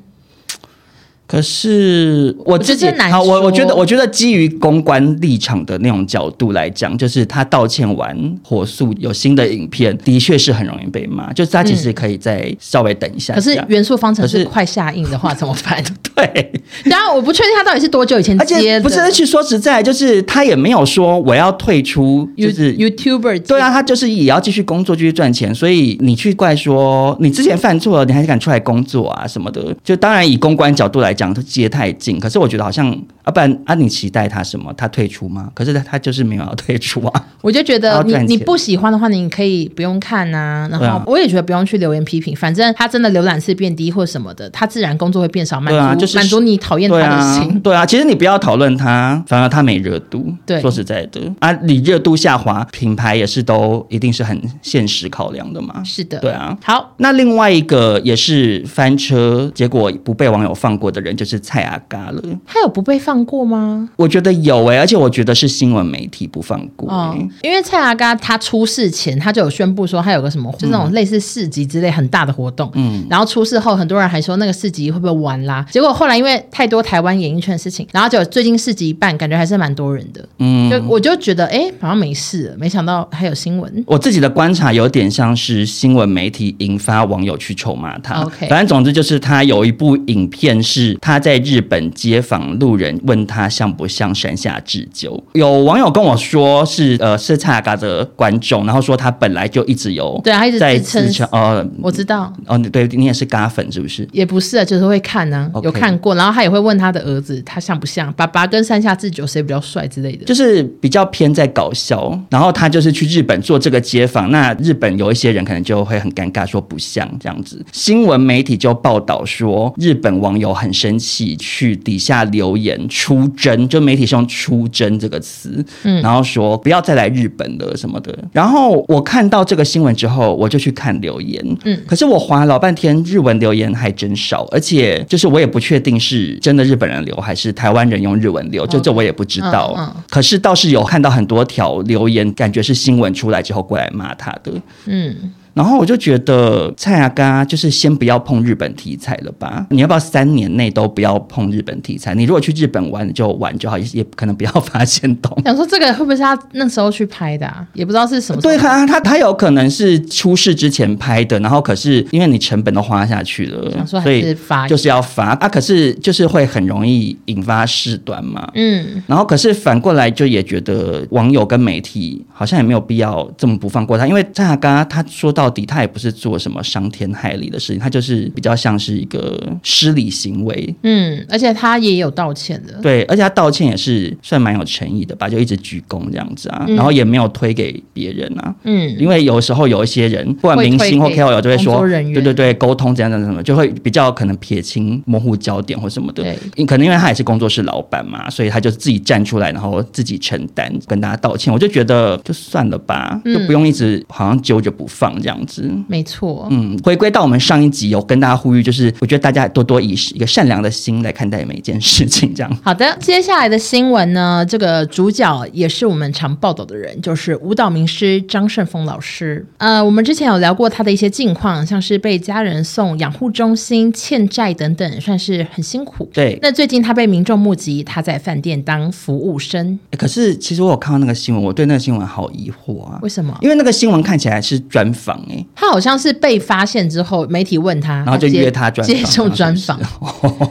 Speaker 3: 可是我自己
Speaker 1: 我觉得难
Speaker 3: 好，我
Speaker 1: 说
Speaker 3: 我觉得，呃我觉得基于公关立场的那种角度来讲，就是他道歉完火速有新的影片，的确是很容易被骂。就是他其实可以再稍微等一下
Speaker 1: 可
Speaker 3: 这
Speaker 1: 是
Speaker 3: 样，
Speaker 1: 元素方程
Speaker 3: 啊可
Speaker 1: 式
Speaker 3: 是
Speaker 1: 快下映的话怎么办？
Speaker 3: 对，
Speaker 1: 然后我不确定他到底是多久以前
Speaker 3: 而
Speaker 1: 接
Speaker 3: 且
Speaker 1: 的，
Speaker 3: 不是，而且说实在，就是他也没有说我要退出，就
Speaker 1: You
Speaker 3: 是
Speaker 1: YouTuber 接
Speaker 3: 对啊，他就是也要继续工作，继续赚钱，所以你去怪说你之前犯错了，你还是敢出来工作啊什么的，就当然以公关角度来讲，都接太近。可是我觉得好像啊，不然啊，你期待他什么？他退出吗？可是他他就是没有要退出 啊。
Speaker 1: 我就觉
Speaker 3: 要
Speaker 1: 得你
Speaker 3: 赚
Speaker 1: 你
Speaker 3: 钱
Speaker 1: 不喜欢的话，你可以不用看呐、然
Speaker 3: 对啊
Speaker 1: 后我也觉得不用去留言批评，反正他真的浏览次变低或什么的，他自然工作会变少，满
Speaker 3: 对
Speaker 1: 足、
Speaker 3: 啊，就是
Speaker 1: 满足你讨厌他
Speaker 3: 对
Speaker 1: 的
Speaker 3: 啊
Speaker 1: 心。，
Speaker 3: 对啊。其实你不要讨论他，反而他没热度。
Speaker 1: 对
Speaker 3: 说实在的啊，你热度下滑，品牌也是都一定是很现实考量的嘛。
Speaker 1: 是的，
Speaker 3: 对啊。
Speaker 1: 好，
Speaker 3: 那另外一个也是翻车，结果不被网友放过的人就是蔡阿嘎了。
Speaker 1: 他有不被放过吗？
Speaker 3: 我觉得有欸诶、而且我觉得是新闻媒体不放过、
Speaker 1: 哦
Speaker 3: 欸。，
Speaker 1: 因为蔡阿嘎他出事前，他就有宣布说他有个
Speaker 3: 嗯
Speaker 1: 什么，就是那种类似市集之类很大的活动。嗯，然后出事后，很多人还说那个市集会不会玩啦？结果后来因为太多台湾演艺圈的事情，然后就最近市集办，感觉还是蛮多人的。
Speaker 3: 嗯，
Speaker 1: 就我就觉得，哎、好像没事了，没想到还有新闻。
Speaker 3: 我自己的观察有点像是新闻媒体引发网友去臭骂他。
Speaker 1: OK
Speaker 3: 反正总之就是他有一部影片是他在日本街访路人，问他像不像山下智久。有网友跟我说是呃是蔡阿嘎的观众，然后说他本来就一直有
Speaker 1: 对啊，他一直
Speaker 3: 在
Speaker 1: 自称
Speaker 3: 自称呃
Speaker 1: 我知道，
Speaker 3: 哦，你对你也是嘎粉是不是？
Speaker 1: 也不是啊，就是会看呢、
Speaker 3: 嗯 OK
Speaker 1: 有看过，然后他也会问他的儿子，他像不像爸爸跟山下智久谁比较帅之类的。
Speaker 3: 就是比较偏在搞笑，然后他就是去日本做这个街访，那日本有一些人可能就会很尴尬，说不像这样子。新闻媒体就报道说，日本网友很生气，去底下留言出征，就媒体是用出征这个词，嗯，然后说不要再来日本了什么的。然后我看到这个新闻之后，我就去看留言，嗯，可是我划老半天，日文留言还真少，而且就是我也不确定是真的日本人留还是台湾人用日文留，就这我也不知道。
Speaker 1: 嗯嗯
Speaker 3: 可是倒是有看到很多条留言，感觉是新闻出来之后过来骂他的。
Speaker 1: 嗯，
Speaker 3: 然后我就觉得蔡阿嘎就是先不要碰日本题材了吧？你要不要三年内都不要碰日本题材？你如果去日本玩就玩就好，也也可能不要发现懂。
Speaker 1: 想说这个会不会是他那时候去拍的、啊，也不知道是什么时候。
Speaker 3: 对啊，他他有可能是出事之前拍的，然后可是因为你成本都花下去了，
Speaker 1: 想
Speaker 3: 所
Speaker 1: 说还是
Speaker 3: 以
Speaker 1: 发
Speaker 3: 就是要罚啊。可是就是会很容易引发事端嘛。
Speaker 1: 嗯，
Speaker 3: 然后可是反过来就也觉得网友跟媒体好像也没有必要这么不放过他，因为蔡阿嘎他说到底他也不是做什么伤天害理的事情，他就是比较像是一个失礼行为。
Speaker 1: 嗯，而且他也有道歉的。
Speaker 3: 对，而且他道歉也是算蛮有诚意的吧，就一直鞠躬这样子啊，然后也没有推给别人啊，
Speaker 1: 嗯，
Speaker 3: 因为有时候有一些人，不管明星或
Speaker 1: 会推给
Speaker 3: KOL 就会
Speaker 1: 工
Speaker 3: 说
Speaker 1: 作，人员
Speaker 3: 对对对，沟通怎样怎样怎么，就会比较可能撇清模糊焦点或什么的
Speaker 1: 对。
Speaker 3: 因可能因为他也是工作室老板嘛，所以他就自己站出来，然后自己承担，跟大家道歉。我就觉得就算了吧，就不用一直好像揪着不放这样子。
Speaker 1: 没错。
Speaker 3: 嗯，回归到我们上一集有跟大家呼吁，就是我觉得大家多多以一个善良的心来看待每一件事情，这样。
Speaker 1: 好的，接下来的新闻呢，这个主角也是我们常报道的人，就是舞蹈名师张胜峰老师。呃，我们之前有聊过他的一些近况，像是被家人送养护中心、欠债等等，算是很辛苦。
Speaker 3: 对，
Speaker 1: 那最近他被民众目击，他在饭店当服务生，
Speaker 3: 欸可是其实我有看到那个新闻，我对那个新闻好疑惑啊
Speaker 1: 为。什么？
Speaker 3: 因为那个新闻看起来是专访哎、
Speaker 1: 他好像是被发现之后，媒体问他，
Speaker 3: 然后就
Speaker 1: 接
Speaker 3: 约他专访
Speaker 1: 接受专访，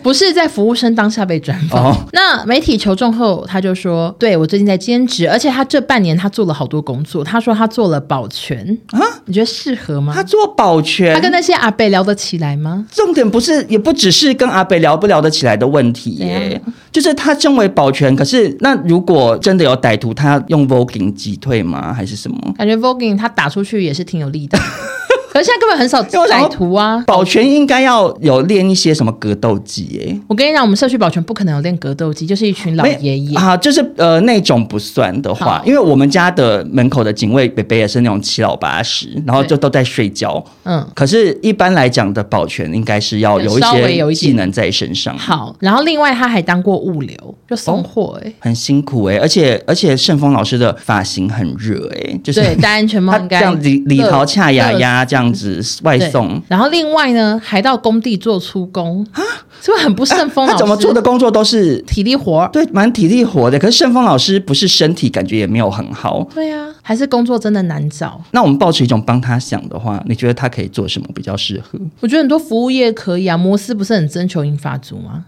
Speaker 1: 不是在服务生当下被专访。
Speaker 3: 哦，
Speaker 1: 那媒体求证后，他就说：“对我最近在兼职，而且他这半年他做了好多工作。他说他做了保全啊，你觉得适合吗？
Speaker 3: 他做保全，
Speaker 1: 他跟那些阿贝聊得起来吗？
Speaker 3: 重点不是，也不只是跟阿北聊不聊得起来的问题
Speaker 1: 啊
Speaker 3: 耶，就是他身为保全，可是那如果真的有歹徒，他用 voguing 击退吗？还是什么？
Speaker 1: 感觉 Voguing 他打出去也是挺有力的， 可是现在根本很少
Speaker 3: 因为我想
Speaker 1: 歹徒啊。
Speaker 3: 保全应该要有练一些什么格斗技耶？
Speaker 1: 我跟你讲，我们社区保全不可能有练格斗技，就是一群老
Speaker 3: 没
Speaker 1: 爷爷。
Speaker 3: 啊，就是呃那种不算的话
Speaker 1: 好，
Speaker 3: 因为我们家的门口的警卫北北也是那种七老八十，然后就都在睡觉。
Speaker 1: 嗯，
Speaker 3: 可是，一般来讲的保全应该是要有一
Speaker 1: 稍微
Speaker 3: 些
Speaker 1: 有一
Speaker 3: 技
Speaker 1: 点
Speaker 3: 能在身上。
Speaker 1: 好。然后另外他还当过物流，
Speaker 3: 哦
Speaker 1: 就送货、欸。
Speaker 3: 很辛苦哎、而且而且盛峰老师的发型很热哎、就是
Speaker 1: 对，戴安全帽
Speaker 3: 他
Speaker 1: 应
Speaker 3: 这
Speaker 1: 该
Speaker 3: 样里里
Speaker 1: 乐
Speaker 3: 头恰雅
Speaker 1: 乐
Speaker 3: 雅这样子外
Speaker 1: 对
Speaker 3: 送，
Speaker 1: 然后另外呢，还到工地做出工啊，是不是很不顺风、
Speaker 3: 他怎么做的？工作都是
Speaker 1: 体力活儿。
Speaker 3: 对蛮体力活的，可是盛峰老师不是身体感觉也没有很好。
Speaker 1: 对啊，还是工作真的难找。
Speaker 3: 那我们抱持一种帮他想的话，你觉得他可以做什么比较适合？
Speaker 1: 我觉得很多服务业可以啊，摩斯不是很征求银发族吗？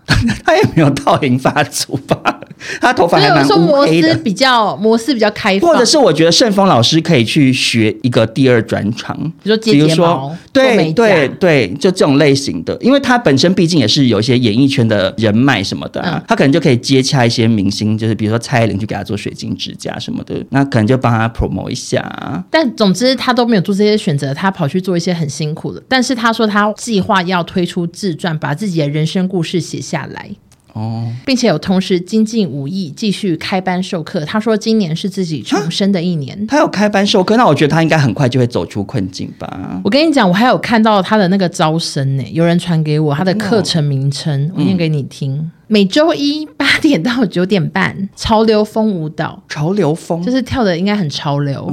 Speaker 3: 他也没有到银发族吧？他头发
Speaker 1: 所
Speaker 3: 还
Speaker 1: 以我
Speaker 3: 蛮
Speaker 1: 说
Speaker 3: 乌
Speaker 1: 摩
Speaker 3: 黑
Speaker 1: 斯
Speaker 3: 的。
Speaker 1: 比较摩斯比较开放，
Speaker 3: 或者是我觉得盛峰老师可以去学一个第二专长，
Speaker 1: 比如说接
Speaker 3: 比如
Speaker 1: 睫毛
Speaker 3: 说、
Speaker 1: 做美
Speaker 3: 对
Speaker 1: 甲
Speaker 3: 对对，就这种类型的，因为他本身毕竟也是有一些演艺圈的人脉什么的、啊
Speaker 1: 嗯
Speaker 3: 他可能就可以接洽一些明星，就是比如说蔡依林去给他做水晶指甲什么的，那可能就帮他 promo 一下啊。
Speaker 1: 但总之他都没有做这些选择，他跑去做一些很辛苦的。但是他说他计划要推出自传，把自己的人生故事写下来。
Speaker 3: 哦，
Speaker 1: 并且有同时精进武艺，继续开班授课。他说今年是自己重生的一年。
Speaker 3: 他有开班授课，那我觉得他应该很快就会走出困境吧。
Speaker 1: 我跟你讲，我还有看到他的那个招生呢，有人传给我他的课程名称，我念给你听。每周一八点到九点半，潮流风舞蹈，
Speaker 3: 潮流风
Speaker 1: 就，是跳的应该很潮流。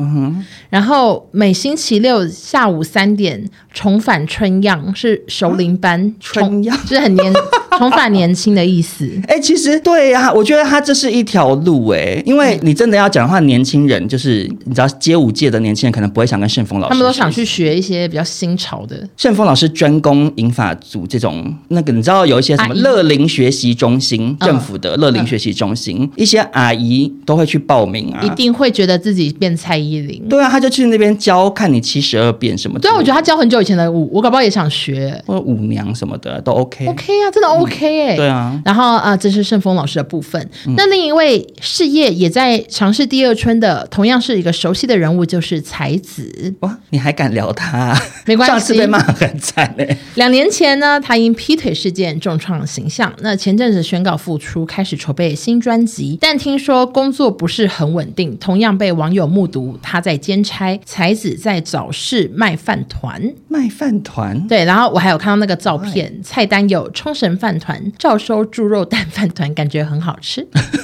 Speaker 1: 然后每星期六下午三点重返春样，是熟龄班，
Speaker 3: 春样
Speaker 1: 重就是很 年重返年轻的意思。
Speaker 3: 哎、其实对呀、我觉得他这是一条路哎、因
Speaker 1: 嗯
Speaker 3: 为你真的要讲的话，年轻人就是你知道街舞界的年轻人可能不会想跟盛峰老师学
Speaker 1: 他
Speaker 3: 习，
Speaker 1: 们都想去学一些比较新潮的，
Speaker 3: 盛峰老师专攻银发族这种，那个你知道有一些什么
Speaker 1: 阿姨
Speaker 3: 乐龄学习中心，
Speaker 1: 嗯
Speaker 3: 政府的乐龄学习中心，一些阿姨都会去报名啊。
Speaker 1: 一定会觉得自己变蔡依林。
Speaker 3: 对啊，他就去那边教，看你七十二变什么之
Speaker 1: 对
Speaker 3: 类
Speaker 1: 啊，
Speaker 3: 的。
Speaker 1: 我觉得他教很久以前的舞，我搞不好也想学。
Speaker 3: 或者舞娘什么的都 OK。
Speaker 1: OK 啊，真的 OK 哎、
Speaker 3: 对啊，
Speaker 1: 然后啊、呃这是盛峰老师的部分。那另一位事业也在尝试第二春的，同样是一个熟悉的人物，就是才子。
Speaker 3: 哇，你还敢聊他、啊？
Speaker 1: 没关系
Speaker 3: 上次被骂很惨欸嘞、
Speaker 1: 两年前呢，他因劈腿事件重创形象。那前阵子宣告复出，开始筹备新专辑，但听说工作不是很稳定，同样被网友目睹他在兼差，才子在早市卖饭团。
Speaker 3: 卖饭团，
Speaker 1: 对，然后我还有看到那个照片，菜单有冲绳饭团、照收猪肉蛋饭团，感觉很好吃。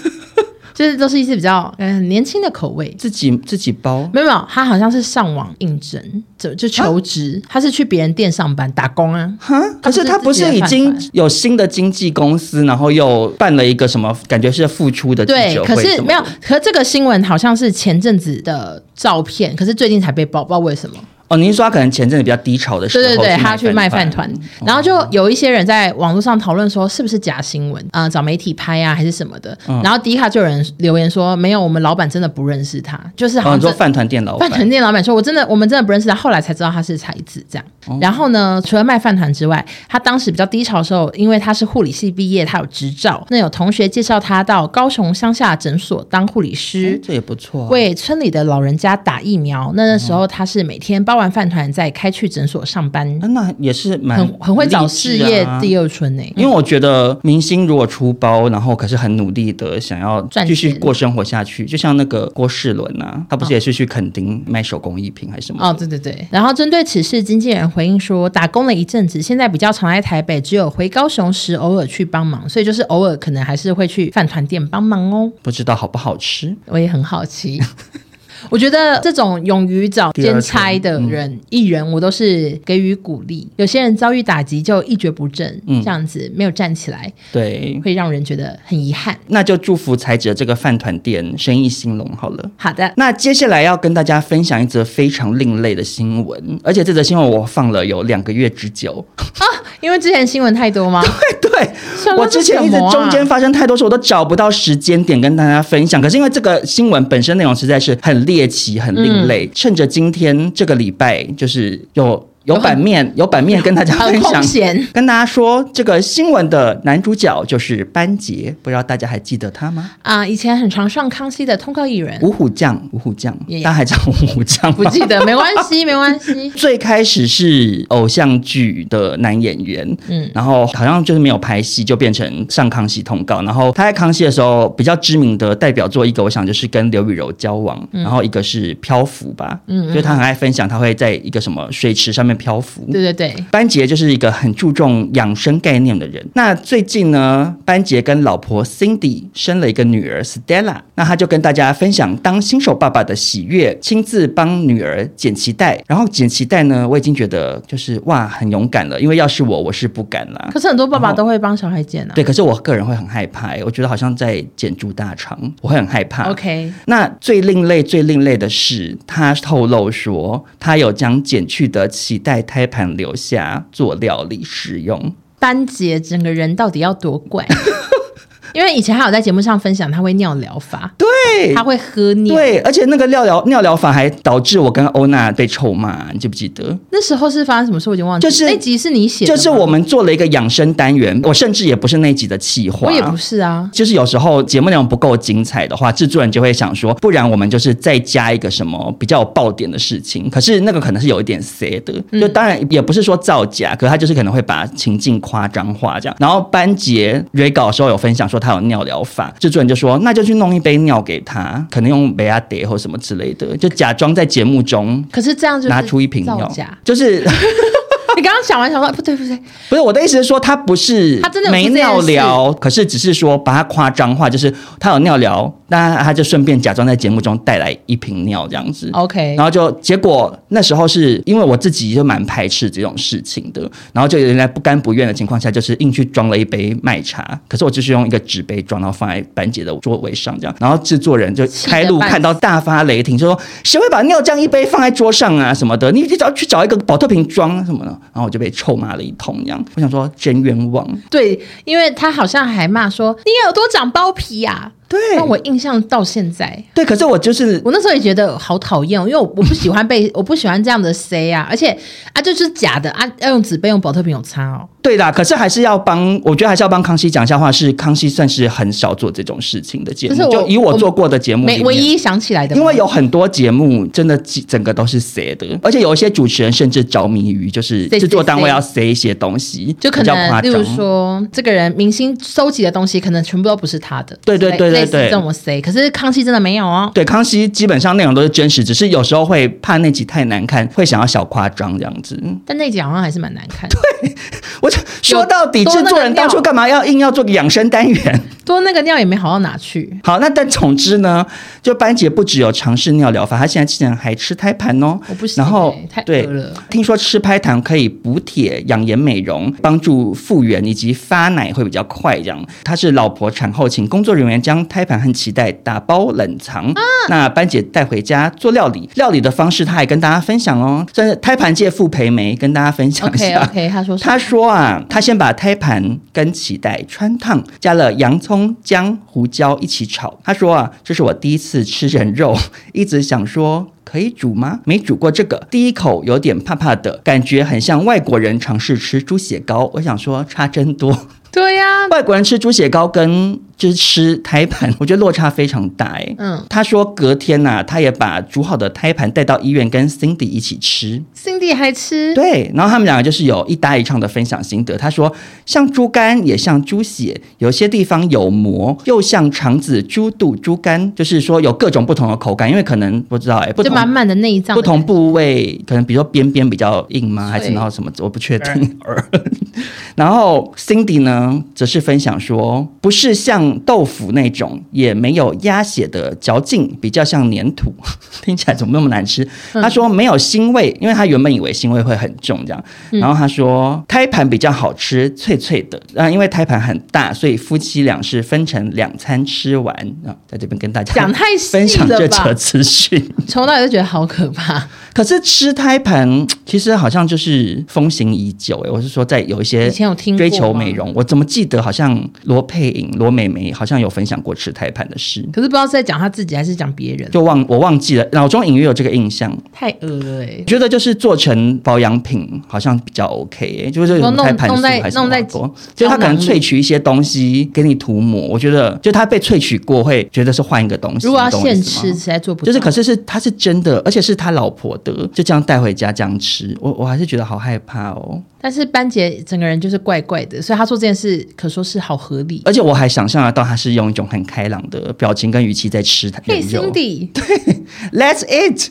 Speaker 1: 就是都是一些比较嗯、呃年轻的口味。
Speaker 3: 自己自己包。
Speaker 1: 没有没有，他好像是上网应征，就就求职，
Speaker 3: 啊
Speaker 1: 他是去别人店上班打工啊。
Speaker 3: 哈，可是他不是已经有新的经纪公司，然后又办了一个什么，感觉是付出的记
Speaker 1: 对
Speaker 3: 者，会
Speaker 1: 可
Speaker 3: 什
Speaker 1: 是
Speaker 3: 么
Speaker 1: 没有
Speaker 3: 的，
Speaker 1: 可这个新闻好像是前阵子的照片，可是最近才被爆，不知道为什么。
Speaker 3: 哦，您说他可能前阵子比较低潮的时
Speaker 1: 对
Speaker 3: 候，哦
Speaker 1: 对对，他
Speaker 3: 去
Speaker 1: 去卖饭团，
Speaker 3: 嗯
Speaker 1: 然后就有一些人在网络上讨论说是不是假新闻啊、呃找媒体拍啊，还是什么的。
Speaker 3: 嗯
Speaker 1: 然后迪卡就有人留言说，没有，我们老板真的不认识他，就是
Speaker 3: 哦，
Speaker 1: 好
Speaker 3: 你说
Speaker 1: 像
Speaker 3: 饭团店老
Speaker 1: 饭
Speaker 3: 板，
Speaker 1: 团店老板说，我真的我们真的不认识他，后来才知道他是才子这样。然后呢，除了卖饭团之外，他当时比较低潮的时候，因为他是护理系毕业，他有执照，那有同学介绍他到高雄乡下诊所当护理师
Speaker 3: 嗯。这也不错、啊。
Speaker 1: 为村里的老人家打疫苗，那那时候他是每天包完饭团再开去诊所上班。
Speaker 3: 啊那也是蛮
Speaker 1: 很很会找
Speaker 3: 励志
Speaker 1: 事业
Speaker 3: 啊
Speaker 1: 第二春呢、
Speaker 3: 因为我觉得明星如果出包，然后可是很努力的想要
Speaker 1: 赚
Speaker 3: 继续
Speaker 1: 钱
Speaker 3: 过生活下去，就像那个郭世伦啊，他不是也是去垦丁卖手工艺品还是什么的？
Speaker 1: 哦，对对对。然后针对此事，经纪人回应说，打工了一阵子，现在比较常在台北，只有回高雄时偶尔去帮忙，所以就是偶尔可能还是会去饭团店帮忙哦。
Speaker 3: 不知道好不好吃？
Speaker 1: 我也很好奇。 我觉得这种勇于找
Speaker 3: 第二
Speaker 1: 兼
Speaker 3: 春
Speaker 1: 差的
Speaker 3: 嗯
Speaker 1: 人、艺人，我都是给予鼓励。有些人遭遇打击就一蹶不振，
Speaker 3: 嗯
Speaker 1: 这样子没有站起来，
Speaker 3: 对，
Speaker 1: 会让人觉得很遗憾。
Speaker 3: 那就祝福才子的这个饭团店生意兴隆好了。
Speaker 1: 好的，
Speaker 3: 那接下来要跟大家分享一则非常另类的新闻，而且这则新闻我放了有两个月之久。
Speaker 1: 因为之前新闻太多吗？
Speaker 3: 对
Speaker 1: 算了
Speaker 3: 我之前一直
Speaker 1: 这是什么啊
Speaker 3: 中间发生太多事，我都找不到时间点跟大家分享。可是因为这个新闻本身内容实在是很猎奇、很另
Speaker 1: 嗯
Speaker 3: 类，趁着今天这个礼拜，就是有有版面、有版面跟大家
Speaker 1: 很
Speaker 3: 分
Speaker 1: 空
Speaker 3: 享。
Speaker 1: 闲。
Speaker 3: 跟大家说，这个新闻的男主角就是班杰，不知道大家还记得他吗？
Speaker 1: 啊、以前很常上康熙的通告艺人，
Speaker 3: 五虎将，五虎将，
Speaker 1: Yeah
Speaker 3: 大家还叫五虎将吗？
Speaker 1: 不记得，没关 系，没关系。
Speaker 3: 最开始是偶像剧的男演员，
Speaker 1: 嗯
Speaker 3: 嗯，然后好像就是没有拍戏，就变成上康熙通告。然后他在康熙的时候比较知名的代表作，一个我想就是跟刘雨柔交往，然后一个是漂浮吧，
Speaker 1: 嗯
Speaker 3: 嗯，
Speaker 1: 嗯
Speaker 3: 就是他很爱分享，他会在一个什么水池上面漂浮。
Speaker 1: 对对对，
Speaker 3: 班杰就是一个很注重养生概念的人。那最近呢，班杰跟老婆 Cindy 生了一个女儿 Stella，那他就跟大家分享当新手爸爸的喜悦，亲自帮女儿剪脐带。然后剪脐带呢，我已经觉得就是哇，很勇敢了，因为要是我，我是不敢啦。
Speaker 1: 可是很多爸爸
Speaker 3: 然后
Speaker 1: 都会帮小孩剪啊。
Speaker 3: 对，可是我个人会很害怕、欸我觉得好像在剪猪大肠，我会很害怕。
Speaker 1: ，OK，
Speaker 3: 那最另类、最另类的是，他透露说，他有将剪去的脐带胎盘留下做料理使用。
Speaker 1: 班杰整个人到底要 多怪？因为以前还有在节目上分享，他会尿疗法，
Speaker 3: 对
Speaker 1: 他。会喝尿。
Speaker 3: 对，而且那个尿疗尿疗法还导致我跟欧娜被臭骂，你记不记得？
Speaker 1: 那时候是发生什么事，我已经忘记。
Speaker 3: 就是
Speaker 1: 那集是你写的
Speaker 3: 就
Speaker 1: 吗，
Speaker 3: 是我们做了一个养生单元，我甚至也不是那一集的企划，
Speaker 1: 我也不是啊。
Speaker 3: 就是有时候节目内容不够精彩的话，制作人就会想说，不然我们就是再加一个什么比较有爆点的事情。可是那个可能是有一点 C 的，
Speaker 1: 嗯
Speaker 3: 就当然也不是说造假，可是他就是可能会把情境夸张化这样。然后班杰 re 稿的时候有分享说他有尿疗法，制作人就说那就去弄一杯尿给他，可能用维亚德或什么之类的，就假装在节目中。
Speaker 1: 可是这样就是
Speaker 3: 拿出一瓶
Speaker 1: 造
Speaker 3: 药
Speaker 1: 假。，
Speaker 3: 就是
Speaker 1: 你刚刚讲完想说，不对不对，
Speaker 3: 不是我的意思是说，他不是
Speaker 1: 他真的有
Speaker 3: 没
Speaker 1: 做这件
Speaker 3: 尿疗，可是只是说把它夸张化，就是他有尿疗，那他就顺便假装在节目中带来一瓶尿这样子。
Speaker 1: OK
Speaker 3: 然后就结果那时候是因为我自己就蛮排斥这种事情的，然后就有人在不甘不愿的情况下，就是硬去装了一杯麦茶，可是我就是用一个纸杯装，然后放在班姐的座位上这样，然后制作人就
Speaker 1: 气得
Speaker 3: 开路
Speaker 1: 半死
Speaker 3: 看到大发雷霆，就说谁会把尿这样一杯放在桌上啊什么的？你你找去找一个保特瓶装什么的，然后我就被臭骂了一通这样，我想说真冤枉，
Speaker 1: 对，因为他好像还骂说你耳朵长包皮呀、
Speaker 3: 对
Speaker 1: 啊。那我印象到现在，
Speaker 3: 对，可是我就是
Speaker 1: 我那时候也觉得好讨厌哦，因为我我不喜欢被我不喜欢这样的 C 啊，而且啊就是假的啊，要用纸杯用保特瓶有差哦。
Speaker 3: 对啦，可是还是要帮，我觉得还是要帮康熙讲一下话，是康熙算是很少做这种事情的节目，
Speaker 1: 可是我
Speaker 3: 就以我做过的节目里
Speaker 1: 没
Speaker 3: 面
Speaker 1: 唯一想起来的吗，
Speaker 3: 因为有很多节目真的几整个都是塞
Speaker 1: 嗯
Speaker 3: 的，而且有一些主持人甚至着迷于就是
Speaker 1: 塞
Speaker 3: 制作单位要塞一些东西，
Speaker 1: 就可
Speaker 3: 比较
Speaker 1: 能
Speaker 3: 夸
Speaker 1: 例如
Speaker 3: 张。
Speaker 1: 说这个人明星收集的东西，可能全部都不是他的，
Speaker 3: 对对对对
Speaker 1: 类类似
Speaker 3: 对
Speaker 1: 这么 C，可是康熙真的没有哦。
Speaker 3: 对，康熙基本上内容都是真实，只是有时候会怕那集太难看，会想要小夸张这样子。
Speaker 1: 但那集好像还是蛮难看的，
Speaker 3: 我就说到底，
Speaker 1: 多那
Speaker 3: 制
Speaker 1: 个
Speaker 3: 作人当初
Speaker 1: 料
Speaker 3: 干嘛要硬要做个养生单元？
Speaker 1: 多那个尿也没好到哪去。
Speaker 3: 好，那但总之呢，就班姐不只有尝试尿疗法，她现在竟然还吃胎盘哦。
Speaker 1: 我不行
Speaker 3: 然后
Speaker 1: 欸太
Speaker 3: 对
Speaker 1: 饿了
Speaker 3: 听说吃胎盘可以补铁、养颜美容、帮助复原以及发奶会比较快。这样，她是老婆产后请工作人员将胎盘和脐带打包冷藏，
Speaker 1: 啊
Speaker 3: 那班姐带回家做料理。料理的方式她还跟大家分享哦，这是胎盘界傅培梅跟大家分享一
Speaker 1: OK
Speaker 3: 下。
Speaker 1: OK，他说什么
Speaker 3: 他说啊，他先把胎盘跟脐带穿烫，加了洋葱、姜、胡椒一起炒。他说啊，这是我第一次吃人肉， 一直想说。可以煮吗？没煮过这个，第一口有点怕怕的感觉，很像外国人尝试吃猪血糕。我想说差真多，
Speaker 1: 对呀、
Speaker 3: 外国人吃猪血糕跟就是吃胎盘，我觉得落差非常大哎、
Speaker 1: 嗯
Speaker 3: 他说隔天呐、他也把煮好的胎盘带到医院跟 Cindy 一起吃。
Speaker 1: ，Cindy 还吃，
Speaker 3: 对，然后他们两个就是有一搭一唱的分享心得。他说，像猪肝也像猪血，有些地方有膜，又像肠子、猪肚、猪肝，就是说有各种不同的口感，因为可能不知道哎、不
Speaker 1: 就
Speaker 3: 同
Speaker 1: 满满的内脏
Speaker 3: 不
Speaker 1: 的感觉，
Speaker 3: 同部位，可能比如说边边比较硬吗？还是
Speaker 1: 对
Speaker 3: 然后什么？我不 确定。然后 Cindy 呢，则是分享说，不是像像豆腐那种也没有鸭血的嚼劲，比较像粘土， 听起来怎么那么难吃？
Speaker 1: 嗯
Speaker 3: 他说没有腥味，因为他原本以为腥味会很重这样，
Speaker 1: 嗯
Speaker 3: 然后他说胎盘比较好吃，脆脆的。啊，因为胎盘很大，所以夫妻俩是分成两餐吃完啊。在这边跟大家
Speaker 1: 讲太细
Speaker 3: 分享
Speaker 1: 了
Speaker 3: 这
Speaker 1: 吧
Speaker 3: 则资讯。
Speaker 1: 从来就觉得好可怕。
Speaker 3: 可是吃胎盘其实好像就是风行已久欸诶、我是说在有一些
Speaker 1: 以前有听过
Speaker 3: 追求美
Speaker 1: 吗
Speaker 3: 容，我怎么记得好像罗佩颖、罗美美好像有分享过吃胎盘的事，
Speaker 1: 可是不知道是在讲他自己还是讲别人，
Speaker 3: 就忘我忘记了，脑中隐约有这个印象。
Speaker 1: 太恶了哎、
Speaker 3: 觉得就是做成保养品好像比较 OK，、欸、就是有什么
Speaker 1: 弄
Speaker 3: 胎盘素
Speaker 1: 弄在
Speaker 3: 还是
Speaker 1: 弄在
Speaker 3: 多，就是它可能萃取一些东西给你涂抹，我觉得就它被萃取过会觉得是换一个东西，
Speaker 1: 如果要
Speaker 3: 你懂我
Speaker 1: 现
Speaker 3: 意思吗
Speaker 1: 吃，实在做不到。
Speaker 3: 就是可是是它是真的，而且是他老婆的，就这样带回家这样吃，我我还是觉得好害怕哦，
Speaker 1: 但是班杰整个人就是怪怪的，所以他做这件事可说是好合理。
Speaker 3: 而且我还想象得到他是用一种很开朗的表情跟语气在吃
Speaker 1: 嘿
Speaker 3: 人肉。
Speaker 1: ，Cindy，
Speaker 3: Let's eat，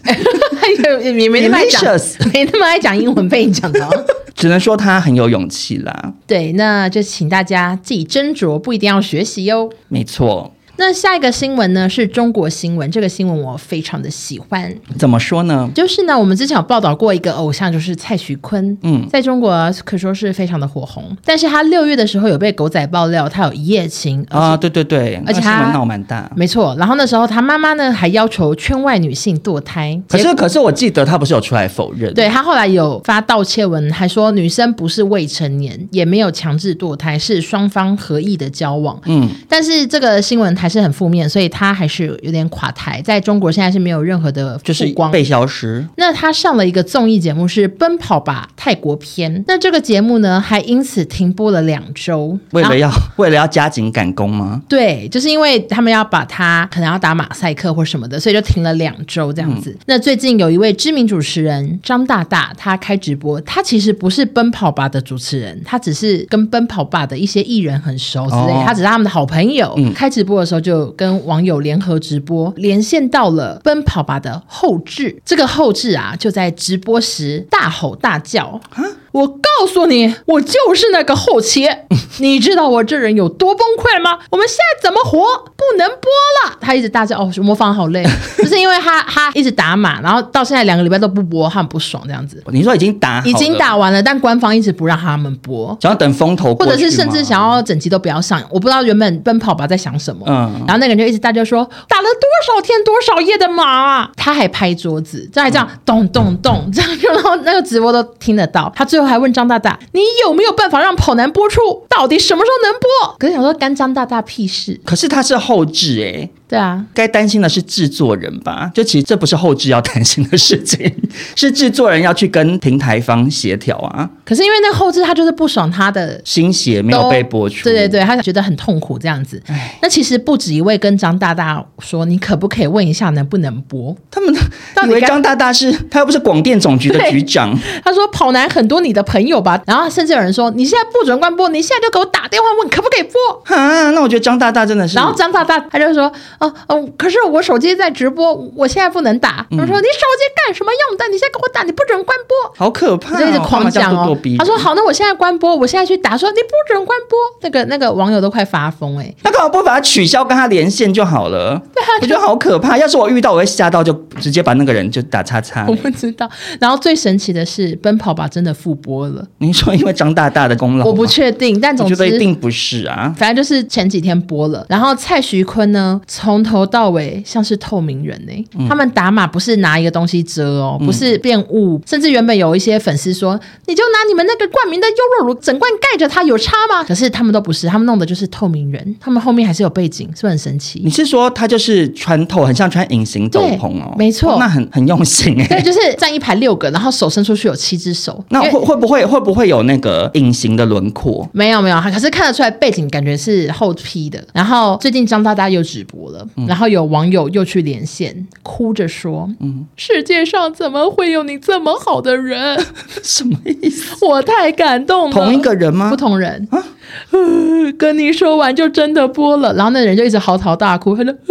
Speaker 1: 也也没那么爱 讲
Speaker 3: Delicious
Speaker 1: 没那么爱讲英文，被你讲到。
Speaker 3: 只能说他很有勇气啦，
Speaker 1: 对，那就请大家自己斟酌，不一定要学习哟。
Speaker 3: 没错。
Speaker 1: 那下一个新闻呢是中国新闻，这个新闻我非常的喜欢。
Speaker 3: 怎么说呢？
Speaker 1: 就是呢，我们之前有报道过一个偶像，就是蔡徐坤，嗯，在中国可说是非常的火红。但是他六月的时候有被狗仔爆料，他有一夜情，而且
Speaker 3: 啊，对对对，
Speaker 1: 而且
Speaker 3: 那新
Speaker 1: 他
Speaker 3: 闻闹蛮大。
Speaker 1: 没错。然后那时候他妈妈呢还要求圈外女性堕胎，
Speaker 3: 可
Speaker 1: 结
Speaker 3: 是
Speaker 1: 果
Speaker 3: 可是我记得他不是有出来否认？
Speaker 1: 对他后来有发道歉文，还说女生不是未成年，也没有强制堕胎，是双方合意的交往。嗯，但是这个新闻还是很负面，所以他还是有点垮台，在中国现在是没有任何的
Speaker 3: 就是
Speaker 1: 曝光。
Speaker 3: 被消失。
Speaker 1: 那他上了一个综艺节目是《奔跑吧泰国篇》，那这个节目呢还因此停播了两周，
Speaker 3: 为
Speaker 1: 然后
Speaker 3: 了要、为了要加紧赶工吗？
Speaker 1: 对，就是因为他们要把他可能要打马赛克或什么的，所以就停了两周这样子。那最近有一位知名主持人张大大，他开直播，他其实不是奔跑吧的主持人，他只是跟奔跑吧的一些艺人很熟之类，
Speaker 3: 哦
Speaker 1: 他只是他们的好朋友。开直播的时候就跟网友联合直播，连线到了奔跑吧的后置，这个后置啊就在直播时大吼大叫。我告诉你，我就是那个后切。你知道我这人有多崩溃吗？我们现在怎么活？不能播了。他一直大叫，哦，模仿好累，就是因为他他一直打码，然后到现在两个礼拜都不播，他很不爽这样子。
Speaker 3: 你说已经打好了
Speaker 1: 已经，打完了，但官方一直不让他们播。
Speaker 3: 想要等风头过
Speaker 1: 或
Speaker 3: 去吗，
Speaker 1: 者是甚至想要整集都不要上，我不知道原本奔跑吧在想什么，
Speaker 3: 嗯
Speaker 1: 然后那个人就一直大叫说打了多少天多少夜的码啊，他还拍桌子，这还这样咚咚咚这样，然后那个直播都听得到，他最后还问张大大你有没有办法让跑男播出，到底什么时候能播？可是想说干张大大屁事，
Speaker 3: 可是他是后置哎、
Speaker 1: 对啊，
Speaker 3: 该担心的是制作人吧？就其实这不是后置要担心的事情， 是制作人要去跟平台方协调啊。
Speaker 1: 可是因为那个后置他就是不爽他的
Speaker 3: 新鞋没有
Speaker 1: 都
Speaker 3: 被播出，
Speaker 1: 对对对，他觉得很痛苦这样子。那其实不止一位跟张大大说，你可不可以问一下能不能播？
Speaker 3: 他们
Speaker 1: 到底
Speaker 3: 以为
Speaker 1: 该
Speaker 3: 张大大是他又不是广电总局的
Speaker 1: 对
Speaker 3: 局长，
Speaker 1: 他说跑男很多你的朋友吧，然后甚至有人说你现在不准关播，你现在就给我打电话问可不可以播。
Speaker 3: 哈，那我觉得张大大真的是，
Speaker 1: 然后张大大他就说，哦、哦、可是我手机在直播，我现在不能打。
Speaker 3: 嗯
Speaker 1: 他说、你手机干什么用的？你现在给我打，你不准关播。
Speaker 3: 好可怕、哦，
Speaker 1: 就一直
Speaker 3: 干
Speaker 1: 狂
Speaker 3: 嘛这样
Speaker 1: 讲
Speaker 3: 咄
Speaker 1: 哦
Speaker 3: 咄逼，人
Speaker 1: 他说好，那我现在关播，我现在去打，说你不准关播，那个那个网友都快发疯哎、
Speaker 3: 那干嘛不把它取消，跟他连线就好了？
Speaker 1: 啊
Speaker 3: 我觉得好可怕。要是我遇到，我会吓到，就直接把那个人就打叉叉
Speaker 1: 我。不知道。然后最神奇的是，《奔跑吧》真的复播了，
Speaker 3: 您说因为张大大的功劳吗，
Speaker 1: 我不确定，但
Speaker 3: 我
Speaker 1: 总
Speaker 3: 觉得一
Speaker 1: 之。
Speaker 3: 定不是啊。
Speaker 1: 反正就是前几天播了，然后蔡徐坤呢，从头到尾像是透明人呢、
Speaker 3: 嗯
Speaker 1: 他们打码不是拿一个东西遮哦，不是变雾，甚至原本有一些粉丝说，你就拿你们那个冠名的优酪乳整罐盖着它，有差吗？可是他们都不是，他们弄的就是透明人，他们后面还是有背景，是不是很神奇
Speaker 3: 你？是说他就是穿透，很像穿隐形斗篷哦？
Speaker 1: 对没错
Speaker 3: 哦那很很用心哎、
Speaker 1: 对，就是站一排六个，然后手伸出去有七只手，
Speaker 3: 那
Speaker 1: 因为
Speaker 3: 会会不会会不会有那个隐形的轮廓？
Speaker 1: 没有没有，可是看得出来背景感觉是后 P 的。然后最近张大大又直播了，
Speaker 3: 嗯
Speaker 1: 然后有网友又去连线，哭着说：“
Speaker 3: 嗯
Speaker 1: 世界上怎么会有你这么好的人？
Speaker 3: 什么意思？
Speaker 1: 我太感动了。”
Speaker 3: 同一个啊人吗
Speaker 1: 不？同人，呃跟你说完就真的播了，然后 那人就一直嚎啕大哭，他就，呃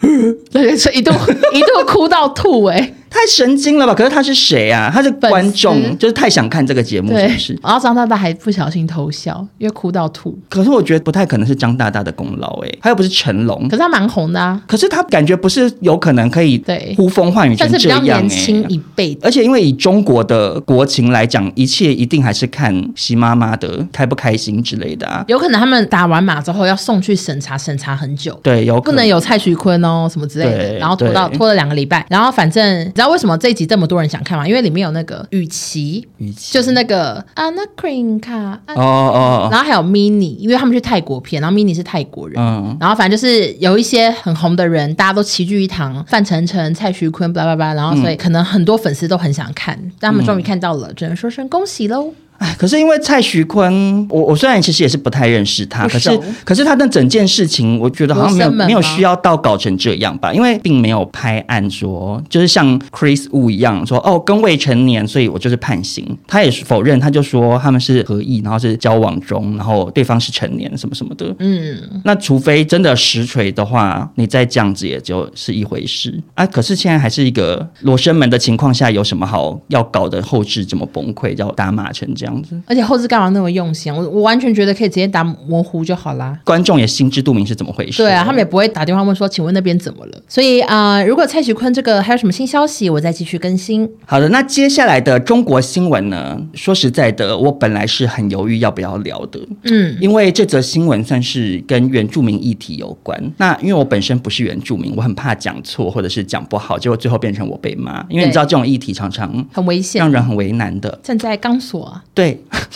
Speaker 1: 呃他就一度一度哭到吐、欸，哎，
Speaker 3: 太神经了吧？可是他是谁啊？他是观
Speaker 1: 粉丝
Speaker 3: 众，就是太想看这个节目，是不
Speaker 1: 对
Speaker 3: 是，？
Speaker 1: 然后张大大还不小心偷笑，因为哭到吐。
Speaker 3: 可是我觉得不太可能是张大大的功劳哎、他又不是成龙
Speaker 1: 可。是他蛮红的啊，
Speaker 3: 可是他感觉不是有可能可以
Speaker 1: 对
Speaker 3: 呼风唤雨成
Speaker 1: 但是比
Speaker 3: 这
Speaker 1: 较
Speaker 3: 样、
Speaker 1: 年
Speaker 3: 欸、
Speaker 1: 轻一辈的。
Speaker 3: 而且因为以中国的国情来讲，一切一定还是看习妈妈的开不开心之类的啊。
Speaker 1: 有可能他们打完码之后要送去审查，审查很久，
Speaker 3: 对，有可
Speaker 1: 不能有蔡徐坤哦什么之类的，
Speaker 3: 对
Speaker 1: 然后拖到
Speaker 3: 对
Speaker 1: 拖了两个礼拜，然后反正你知道为什么这一集这么多人想看吗？因为里面有那个雨琦，
Speaker 3: 语气，
Speaker 1: 就是那个 Anna Krinka，、
Speaker 3: 哦哦哦，
Speaker 1: 然后还有 Mini，因为他们去泰国片，然后 Mini 是泰国人。
Speaker 3: 嗯，
Speaker 1: 然后反正就是有一些很红的人，大家都齐聚一堂，范丞丞、蔡徐坤，巴拉巴拉，然后所
Speaker 3: 嗯
Speaker 1: 以可能很多粉丝都很想看，但他们终于看到了，只能说声恭喜喽。
Speaker 3: 哎，可是因为蔡徐坤，我我虽然其实也是不太认识他，
Speaker 1: 不
Speaker 3: 可是
Speaker 1: 熟
Speaker 3: 可是他的整件事情，我觉得好像没有
Speaker 1: 罗生门吗
Speaker 3: 没有需要到搞成这样吧，因为并没有拍案说，就是像 Chris Wu 一样说哦跟未成年，所以我就是判刑。他也是否认，他就说他们是合意，然后是交往中，然后对方是成年什么什么的。
Speaker 1: 嗯，
Speaker 3: 那除非真的实锤的话，你再这样子也就是一回事啊。可是现在还是一个罗生门的情况下，有什么好要搞的后置这么崩溃，要打码成这样子？
Speaker 1: 而且后置干嘛那么用心啊？我我完全觉得可以直接打模糊就好啦。
Speaker 3: 观众也心知肚明是怎么回事。
Speaker 1: 对啊，他们也不会打电话问说，请问那边怎么了？所以啊、呃如果蔡徐坤这个还有什么新消息，我再继续更新。
Speaker 3: 好的，那接下来的中国新闻呢？说实在的，我本来是很犹豫要不要聊的，
Speaker 1: 嗯，
Speaker 3: 因为这则新闻算是跟原住民议题有关。那因为我本身不是原住民，我很怕讲错或者是讲不好，结果最后变成我被骂。因为你知道这种议题常常
Speaker 1: 很危险
Speaker 3: 让，人很为难的。
Speaker 1: 站在钢索啊，
Speaker 3: 对，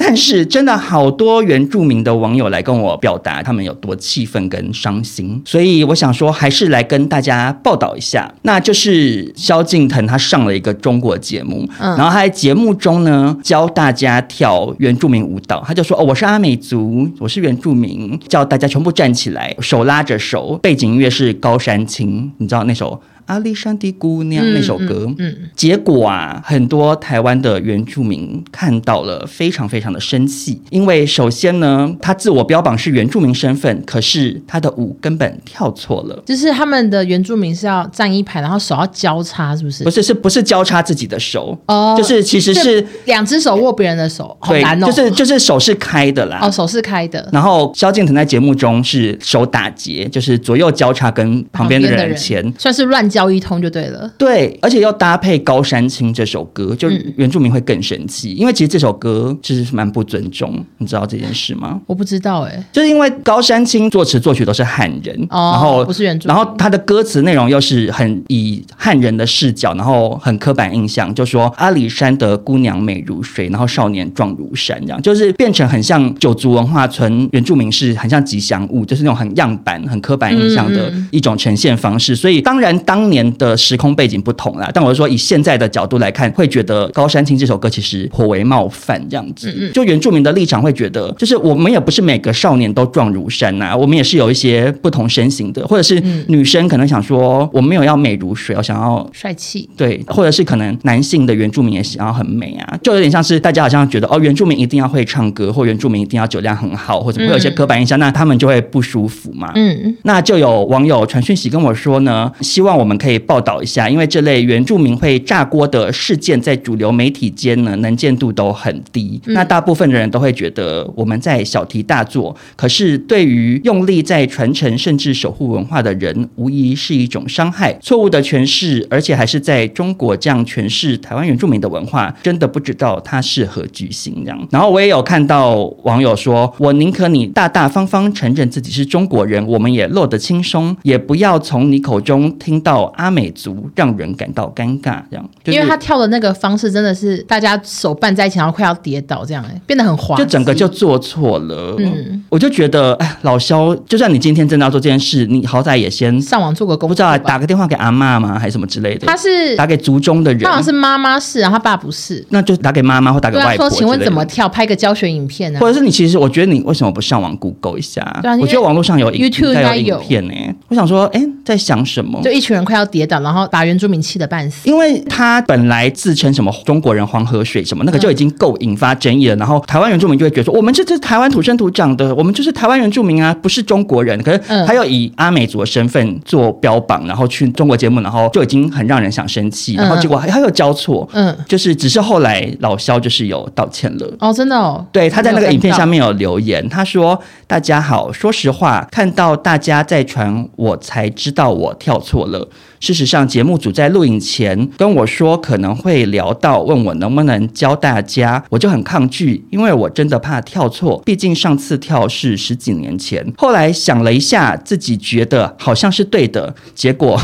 Speaker 3: 但是真的好多原住民的网友来跟我表达他们有多气愤跟伤心，所以我想说还是来跟大家报道一下。那就是萧敬腾他上了一个中国节目，
Speaker 1: 嗯
Speaker 3: 然后他在节目中呢教大家跳原住民舞蹈，他就说哦我是阿美族，我是原住民，叫大家全部站起来，手拉着手，背景音乐是高山青，你知道那首。阿里山的姑娘、那首歌，
Speaker 1: 嗯嗯
Speaker 3: 结果啊，很多台湾的原住民看到了，非常非常的生气，因为首先呢，他自我标榜是原住民身份，可是他的舞根本跳错了。
Speaker 1: 就是他们的原住民是要站一排，然后手要交叉，是不是？
Speaker 3: 不是，是不是交叉自己的手？
Speaker 1: 哦
Speaker 3: 就是其实是
Speaker 1: 两只手握别人的手，好
Speaker 3: 对
Speaker 1: 难，哦。
Speaker 3: 就是就是手是开的啦。
Speaker 1: 哦，手是开的，
Speaker 3: 然后萧敬腾在节目中是手打结，就是左右交叉跟旁边的人前，
Speaker 1: 算是乱交一通就对了。
Speaker 3: 对，而且要搭配《高山青》这首歌，就
Speaker 1: 嗯
Speaker 3: 原住民会更生气，因为其实这首歌其实蛮不尊重，你知道这件事吗？
Speaker 1: 我不知道哎、
Speaker 3: 就是因为高山青作词作曲都是汉人，
Speaker 1: 哦
Speaker 3: 然后
Speaker 1: 不是原住民
Speaker 3: 然后他的歌词内容又是很以汉人的视角，然后很刻板印象，就说阿里山的姑娘美如水，然后少年壮如山，这样就是变成很像九族文化村原住民是很像吉祥物，就是那种很样板、很刻板印象的一种呈现方式。所以当然当年的时空背景不同啦，但我是说以现在的角度来看，会觉得《高山青》这首歌其实颇为冒犯这样子。就原住民的立场会觉得，就是我们也不是每个少年都壮如山呐、我们也是有一些不同身形的，或者是女生可能想说，我没有要美如水，我想要
Speaker 1: 帅气，
Speaker 3: 对，或者是可能男性的原住民也想要很美啊，就有点像是大家好像觉得哦，原住民一定要会唱歌，或原住民一定要酒量很好，或者会有一些刻板印象，那他们就会不舒服嘛。
Speaker 1: 嗯，
Speaker 3: 那就有网友传讯息跟我说呢，希望我们可以报道一下，因为这类原住民会炸锅的事件在主流媒体间呢能见度都很低。那大部分的人都会觉得我们在小题大做，可是对于用力在传承甚至守护文化的人，无疑是一种伤害。错误的诠释，而且还是在中国这样诠释台湾原住民的文化，真的不知道它是何居心这样。然后我也有看到网友说，我宁可你大大方方承认自己是中国人，我们也落得轻松，也不要从你口中听到阿美族，让人感到尴尬这样。就是、
Speaker 1: 因为他跳的那个方式真的是大家手绊在一起，然后快要跌倒这样、欸，变得很滑稽，
Speaker 3: 就整个就做错了，
Speaker 1: 嗯
Speaker 3: 我就觉得，哎，老萧，就算你今天真的要做这件事，你好歹也先
Speaker 1: 上网做个功
Speaker 3: 不
Speaker 1: 课
Speaker 3: 知道
Speaker 1: 吧。
Speaker 3: 打个电话给阿妈吗，还是什么之类的？
Speaker 1: 他是
Speaker 3: 打给族中的人，
Speaker 1: 他好像是妈妈是，然后他爸不是。
Speaker 3: 那就打给妈妈或打给
Speaker 1: 对啊，
Speaker 3: 外婆之类
Speaker 1: 说
Speaker 3: 的。
Speaker 1: 请问怎么跳？拍个教学影片呢、啊
Speaker 3: 或者是你其实，我觉得你为什么不上网 Google 一下？
Speaker 1: 对啊因为
Speaker 3: 我觉得网络上有影
Speaker 1: YouTube
Speaker 3: 应该
Speaker 1: 应该有
Speaker 3: 影片呢、哎，我想说，哎，在想什么？
Speaker 1: 就一群人快要跌倒，然后把原住民气得半死。
Speaker 3: 因为他本来自称什么中国人黄河水什么，那个
Speaker 1: 嗯
Speaker 3: 就已经够引发争议了。然后台湾原住民就会觉得说，我们这是台湾土生土长的，我们就是台湾原住民啊，不是中国人。可是
Speaker 1: 嗯
Speaker 3: 他又以阿美族的身份做标榜，然后去中国节目，然后就已经很让人想生气。然后结果还还有交错，
Speaker 1: 嗯，
Speaker 3: 就是只是后来老肖就是有道歉了。
Speaker 1: 哦，真的哦，
Speaker 3: 对，他在那个影片下
Speaker 1: 面，
Speaker 3: 面有留言，他说：“大家好，说实话，看到大家在传，我才知道我跳错了。事实上，节目组在录影前跟我说可能会聊到，问我能不能教大家，我就很抗拒，因为我真的怕跳错，毕竟上次跳是十几年前。后来想了一下，自己觉得好像是对的，结果。”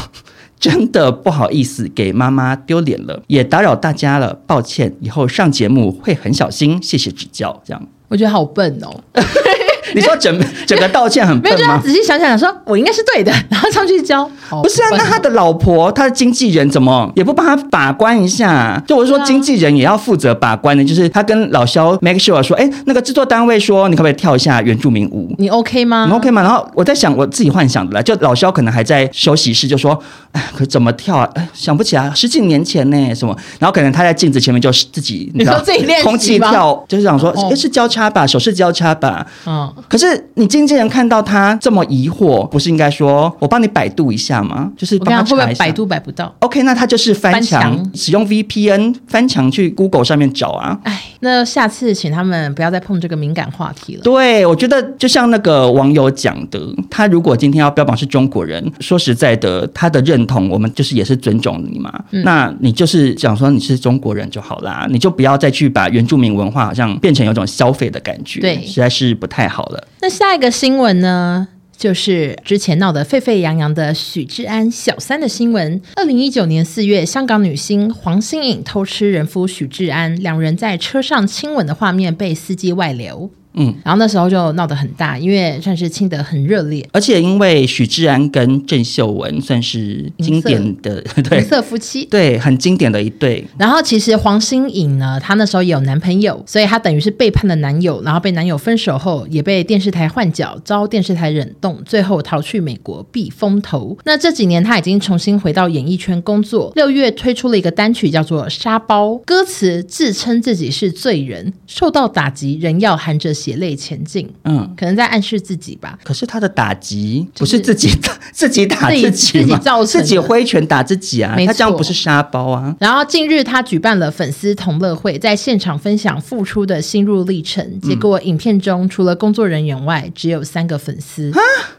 Speaker 3: 真的不好意思，给妈妈丢脸了，也打扰大家了，抱歉。以后上节目会很小心，谢谢指教。这样，
Speaker 1: 我觉得好笨哦。
Speaker 3: 你说整 整个道歉很
Speaker 1: 没有，啊
Speaker 3: 笨
Speaker 1: 就他
Speaker 3: 吗？
Speaker 1: 仔细想想，说我应该是对的， 然后上去教。好
Speaker 3: 不是啊，
Speaker 1: 笨哦
Speaker 3: 那他的老婆、他的经纪人怎么也不帮他把关一下、就我说，
Speaker 1: 对啊
Speaker 3: 经纪人也要负责把关的，就是他跟老肖 make sure 说，哎，那个制作单位说，你可不可以跳一下原住民舞？
Speaker 1: 你 OK 吗？
Speaker 3: 你 OK 吗？然后我在想，我自己幻想的啦，就老肖可能还在休息室，就说：“哎，可怎么跳啊？哎，想不起来，十几年前呢，什么？”然后可能他在镜子前面就是自己，
Speaker 1: 你
Speaker 3: 知道
Speaker 1: 说自己练习
Speaker 3: 空气
Speaker 1: 吗
Speaker 3: 跳，就是想说，
Speaker 1: 哦
Speaker 3: 哎，是交叉吧，手是交叉吧。
Speaker 1: 嗯，
Speaker 3: 可是你经纪人看到他这么疑惑，不是应该说我帮你百度一下吗？就是
Speaker 1: 我
Speaker 3: 帮
Speaker 1: 跟
Speaker 3: 他
Speaker 1: 你讲，会不
Speaker 3: 查
Speaker 1: 会
Speaker 3: 一下。
Speaker 1: 百度百不到？
Speaker 3: OK，那他就是翻
Speaker 1: 翻
Speaker 3: 墙，
Speaker 1: 墙
Speaker 3: 使用 VPN 翻墙去 Google 上面找啊。
Speaker 1: 哎，那下次请他们不要再碰这个敏感话题了。
Speaker 3: 对，我觉得就像那个网友讲的，他如果今天要标榜是中国人，说实在的，他的认同我们就是也是尊重你嘛。
Speaker 1: 嗯
Speaker 3: 那你就是讲说你是中国人就好啦，你就不要再去把原住民文化好像变成有种消费的感觉，
Speaker 1: 对
Speaker 3: 实在是不太好了。
Speaker 1: 那下一个新闻呢？就是之前闹得沸沸扬扬的许志安小三的新闻。二零一九年四月，香港女星黄心颖偷吃人夫许志安，两人在车上亲吻的画面被司机外流。
Speaker 3: 嗯，
Speaker 1: 然后那时候就闹得很大，因为算是亲得很热烈，
Speaker 3: 而且因为许志安跟郑秀文算是经典的，
Speaker 1: 红
Speaker 3: 对
Speaker 1: 色夫妻。
Speaker 3: 对，很经典的一对。
Speaker 1: 然后其实黄心颖呢，她那时候也有男朋友，所以她等于是背叛了男友，然后被男友分手后，也被电视台换角，遭电视台冷冻，最后逃去美国避风头。那这几年她已经重新回到演艺圈工作，六月推出了一个单曲叫做《沙包》，歌词自称自己是罪人，受到打击仍要含着血泪前进，
Speaker 3: 嗯，
Speaker 1: 可能在暗示自己吧。
Speaker 3: 可是他的打击
Speaker 1: 就
Speaker 3: 不
Speaker 1: 是
Speaker 3: 是自己打、 自己打
Speaker 1: 嗯自己
Speaker 3: 自己吗？
Speaker 1: 自己造成
Speaker 3: 自
Speaker 1: 的
Speaker 3: 己挥拳打自己啊
Speaker 1: 没！
Speaker 3: 他这样
Speaker 1: 错
Speaker 3: 不是沙包啊！
Speaker 1: 然后近日，他举办了粉丝同乐会，在现场分享付出的心路历程。结果影片中除了工作人员外，只有三个粉丝，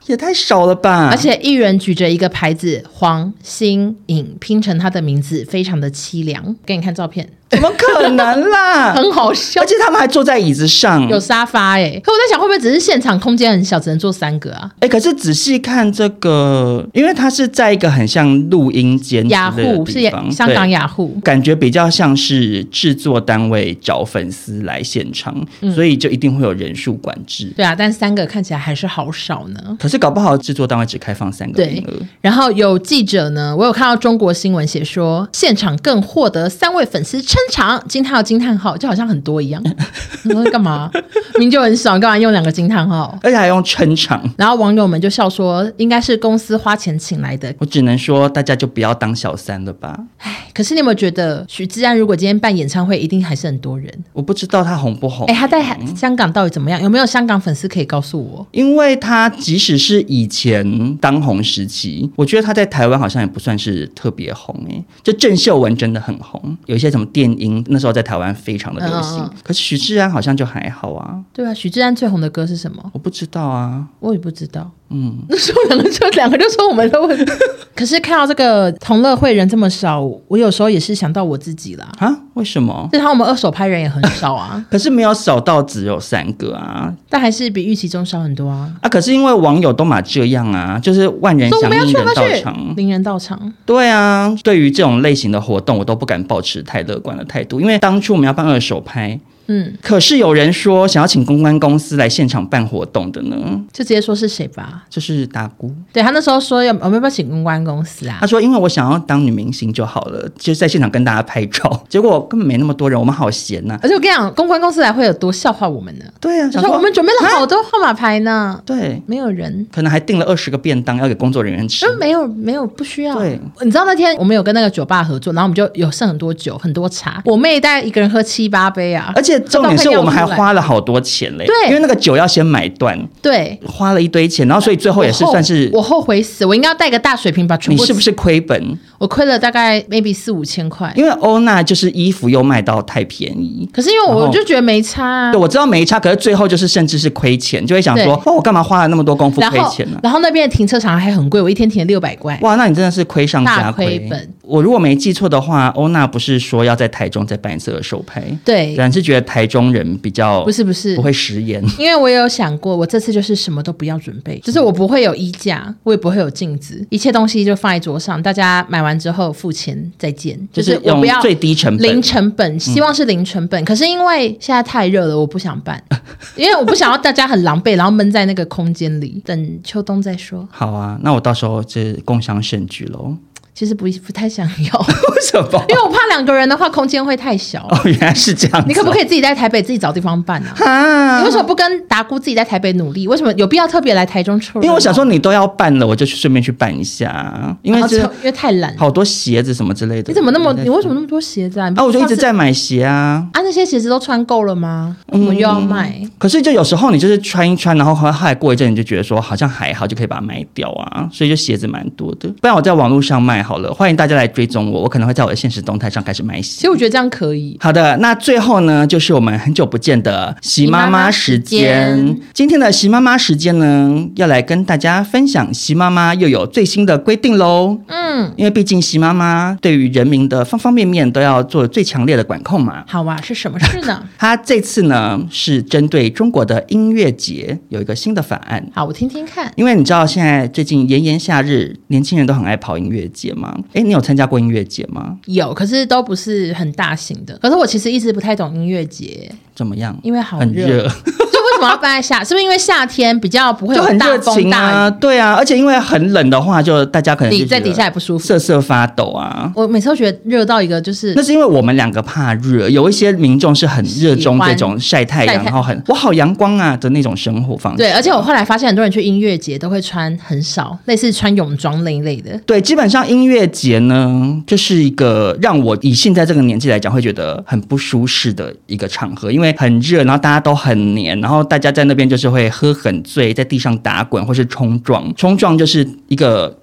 Speaker 3: 也太少了吧！
Speaker 1: 而且一人举着一个牌子“黄心颖”，拼成他的名字，非常的凄凉。给你看照片，
Speaker 3: 怎么可能啦？
Speaker 1: 很好笑
Speaker 3: 而。且他们还坐在椅子上。
Speaker 1: 有沙发哎、可我在想，会不会只是现场空间很小，只能坐三个啊？
Speaker 3: 哎、可是仔细看这个，因为它是在一个很像录音间
Speaker 1: 雅
Speaker 3: 嗯之类的
Speaker 1: 虎
Speaker 3: 地
Speaker 1: 是雅
Speaker 3: 方
Speaker 1: 香港
Speaker 3: 对
Speaker 1: 雅虎，
Speaker 3: 感觉比较像是制作单位找粉丝来现场，
Speaker 1: 嗯
Speaker 3: 所以就一定会有人数管制。
Speaker 1: 对啊，但三个看起来还是好少呢。
Speaker 3: 可是搞不好制作单位只开放三个名
Speaker 1: 对
Speaker 3: 额，，
Speaker 1: 然后有记者呢，我有看到中国新闻写说，现场更获得三位粉丝撑场，惊叹号惊叹号，就好像很多一样。 你说干嘛？明就很少，干嘛用两个惊叹号？
Speaker 3: 而且还用撑场。
Speaker 1: 然后网友们就笑说，应该是公司花钱请来的。
Speaker 3: 我只能说，大家就不要当小三了吧。
Speaker 1: 可是你有没有觉得，许志安如果今天办演唱会，一定还是很多人？
Speaker 3: 我不知道他红不红
Speaker 1: 哎，，他在香港到底怎么样？有没有香港粉丝可以告诉我？
Speaker 3: 因为他即使是以前当红时期，我觉得他在台湾好像也不算是特别红诶、就郑秀文真的很红，有一些什么电音那时候在台湾非常的流行，
Speaker 1: 嗯嗯
Speaker 3: 可是许志安好像就还好啊，
Speaker 1: 对啊，许志安最红的歌是什么？
Speaker 3: 我不知道啊。
Speaker 1: 我也不知道。
Speaker 3: 嗯，
Speaker 1: 那时候两个就两个就说我们的问题。 可是看到这个同乐会人这么少，我有时候也是想到我自己啦。
Speaker 3: 啊，为什么？，
Speaker 1: 就他我们二手拍人也很少啊
Speaker 3: 可是没有少到只有三个啊
Speaker 1: 但还是比预期中少很多啊。
Speaker 3: 啊！可是因为网友都嘛这样啊，就是万人
Speaker 1: 说我
Speaker 3: 响
Speaker 1: 们要
Speaker 3: 应
Speaker 1: 去，我
Speaker 3: 人
Speaker 1: 们
Speaker 3: 到
Speaker 1: 要去，
Speaker 3: 场。
Speaker 1: 零人到场。
Speaker 3: 对啊，对于这种类型的活动，我都不敢保持太乐观的态度，因为当初我们要办二手拍，
Speaker 1: 嗯，
Speaker 3: 可是有人说想要请公关公司来现场办活动的呢，
Speaker 1: 就直接说是谁吧。
Speaker 3: 就是达姑。
Speaker 1: 对他那时候说要我们要不要请公关公司啊
Speaker 3: 他？说：“因为我想要当女明星就好了，就是在现场跟大家拍照。 结果根本没那么多人，我们好闲呐、
Speaker 1: 而且我跟你讲，公关公司来会有多笑话我们呢？
Speaker 3: 对啊，
Speaker 1: 就
Speaker 3: 想
Speaker 1: 说
Speaker 3: 说
Speaker 1: 我们准备了好多号码牌呢，
Speaker 3: 对，
Speaker 1: 没有人。
Speaker 3: 可能还订了二十个便当要给工作人员吃
Speaker 1: 就。没有没有不需要。
Speaker 3: 对，
Speaker 1: 你知道那天我们有跟那个酒吧合作，然后我们就有剩很多酒、很多茶，我妹大概一个人喝七八杯啊，
Speaker 3: 而且重点是我们还花了好多钱嘞，
Speaker 1: 对
Speaker 3: 因为那个酒要先买断，
Speaker 1: 对，
Speaker 3: 花了一堆钱，然后所以最后也是
Speaker 1: 我后
Speaker 3: 算是
Speaker 1: 我后悔死，我应该要带个大水瓶把全
Speaker 3: 你
Speaker 1: 部，
Speaker 3: 是不是亏本？
Speaker 1: 我亏了大概 maybe 四五千块，
Speaker 3: 因为欧娜就是衣服又卖到太便宜。”
Speaker 1: 可是因为
Speaker 3: 然后
Speaker 1: 我就觉得没差、啊
Speaker 3: 对，。我知道没差，可是最后就是甚至是亏钱，就会想
Speaker 1: 对
Speaker 3: 说，哦，我干嘛花了那么多功夫
Speaker 1: 然
Speaker 3: 亏
Speaker 1: 后
Speaker 3: 钱呢、，
Speaker 1: 然后那边的停车场还很贵，我一天停了六百块。
Speaker 3: 哇，那你真的是亏上加
Speaker 1: 大亏本
Speaker 3: 我如果没记错的话，欧娜不是说要在台中再办一次二手拍，
Speaker 1: 对，
Speaker 3: 然是觉得台中人比较
Speaker 1: 不是不是
Speaker 3: 不，会食言，
Speaker 1: 因为我有想过，我这次就是什么都不要准备，就是我不会有衣架，我也不会有镜子，一切东西就放在桌上，大家买完之后付钱再见，
Speaker 3: 就是
Speaker 1: 我
Speaker 3: 用
Speaker 1: 不要
Speaker 3: 最低成
Speaker 1: 零
Speaker 3: 本。嗯
Speaker 1: 成本，希望是零成本。可是因为现在太热了，我不想办，因为我不想要大家很狼狈，然后闷在那个空间里，等秋冬再说。
Speaker 3: 好啊，那我到时候就共襄盛举喽。
Speaker 1: 其实不不太想要，
Speaker 3: 为什么
Speaker 1: 因？为我怕两个人的话空间会太小。
Speaker 3: 哦，原来是这样子哦。
Speaker 1: 你可不可以自己在台北自己找地方办 啊？
Speaker 3: 啊？
Speaker 1: 你为什么不跟达姑自己在台北努力？为什么有必要特别来台中出？
Speaker 3: 因为我想说，你都要办了，我就去顺便去办一下，啊因为
Speaker 1: 然后
Speaker 3: 这
Speaker 1: 就因为太懒了。
Speaker 3: 好多鞋子什么之类的。
Speaker 1: 哦你怎么那么
Speaker 3: 我在
Speaker 1: 你为什么那么多鞋子啊？你不
Speaker 3: 啊，我就一直
Speaker 1: 上次
Speaker 3: 在买鞋啊。
Speaker 1: 啊，那些鞋子都穿够了吗？我们又要
Speaker 3: 嗯
Speaker 1: 卖？
Speaker 3: 可是就有时候你就是穿一穿，然后后来过一阵你就觉得说好像还好，就可以把它卖掉啊，所以就鞋子蛮多的。不然我在网络上卖好了，欢迎大家来追踪我，我可能会在我的现实动态上开始卖
Speaker 1: 其
Speaker 3: 鞋。
Speaker 1: 实我觉得这样可以。
Speaker 3: 好的，那最后呢，就是我们很久不见的席妈妈时
Speaker 1: 席妈妈
Speaker 3: 间
Speaker 1: 时。
Speaker 3: 今天的席妈妈时间呢，要来跟大家分享席妈妈又有最新的规定喽。
Speaker 1: 嗯，
Speaker 3: 因为毕竟席妈妈对于人民的方方面面都要做最强烈的管控嘛。
Speaker 1: 好啊，是什么事呢？
Speaker 3: 它这次呢是针对中国的音乐节有一个新的法案。
Speaker 1: 好，我听听看。
Speaker 3: 因为你知道现在最近炎炎夏日，年轻人都很爱跑音乐节嘛。诶，你有参加过音乐节吗？
Speaker 1: 有，可是都不是很大型的。可是我其实一直不太懂音乐节，
Speaker 3: 怎么样？
Speaker 1: 因为好
Speaker 3: 很
Speaker 1: 热，
Speaker 3: 热，
Speaker 1: 就为什么要办在夏？是不是因为夏天比较不会
Speaker 3: 就
Speaker 1: 有
Speaker 3: 很
Speaker 1: 大
Speaker 3: 热
Speaker 1: 风
Speaker 3: 情
Speaker 1: 大
Speaker 3: 啊。
Speaker 1: 雨，
Speaker 3: 对啊，而且因为很冷的话，就大家可能就
Speaker 1: 你在
Speaker 3: 觉得
Speaker 1: 底下也不舒服？
Speaker 3: 瑟瑟发抖啊。
Speaker 1: 我每次都觉得热到一个就是
Speaker 3: 那是因为我们两个怕热，有一些民众是很热衷
Speaker 1: 喜欢
Speaker 3: 这种晒太
Speaker 1: 晒
Speaker 3: 阳，
Speaker 1: 太
Speaker 3: 然后很我好阳光啊的那种生活方式。
Speaker 1: 对，而且我后来发现很多人去音乐节都会穿很少，类似穿泳装那一类的。
Speaker 3: 对，基本上音乐节呢，就是一个让我以现在这个年纪来讲，会觉得很不舒适的一个场合，因为很热，然后大家都很黏，然后大家在那边就是会喝很醉，在地上打滚或是冲撞，冲撞就是一个。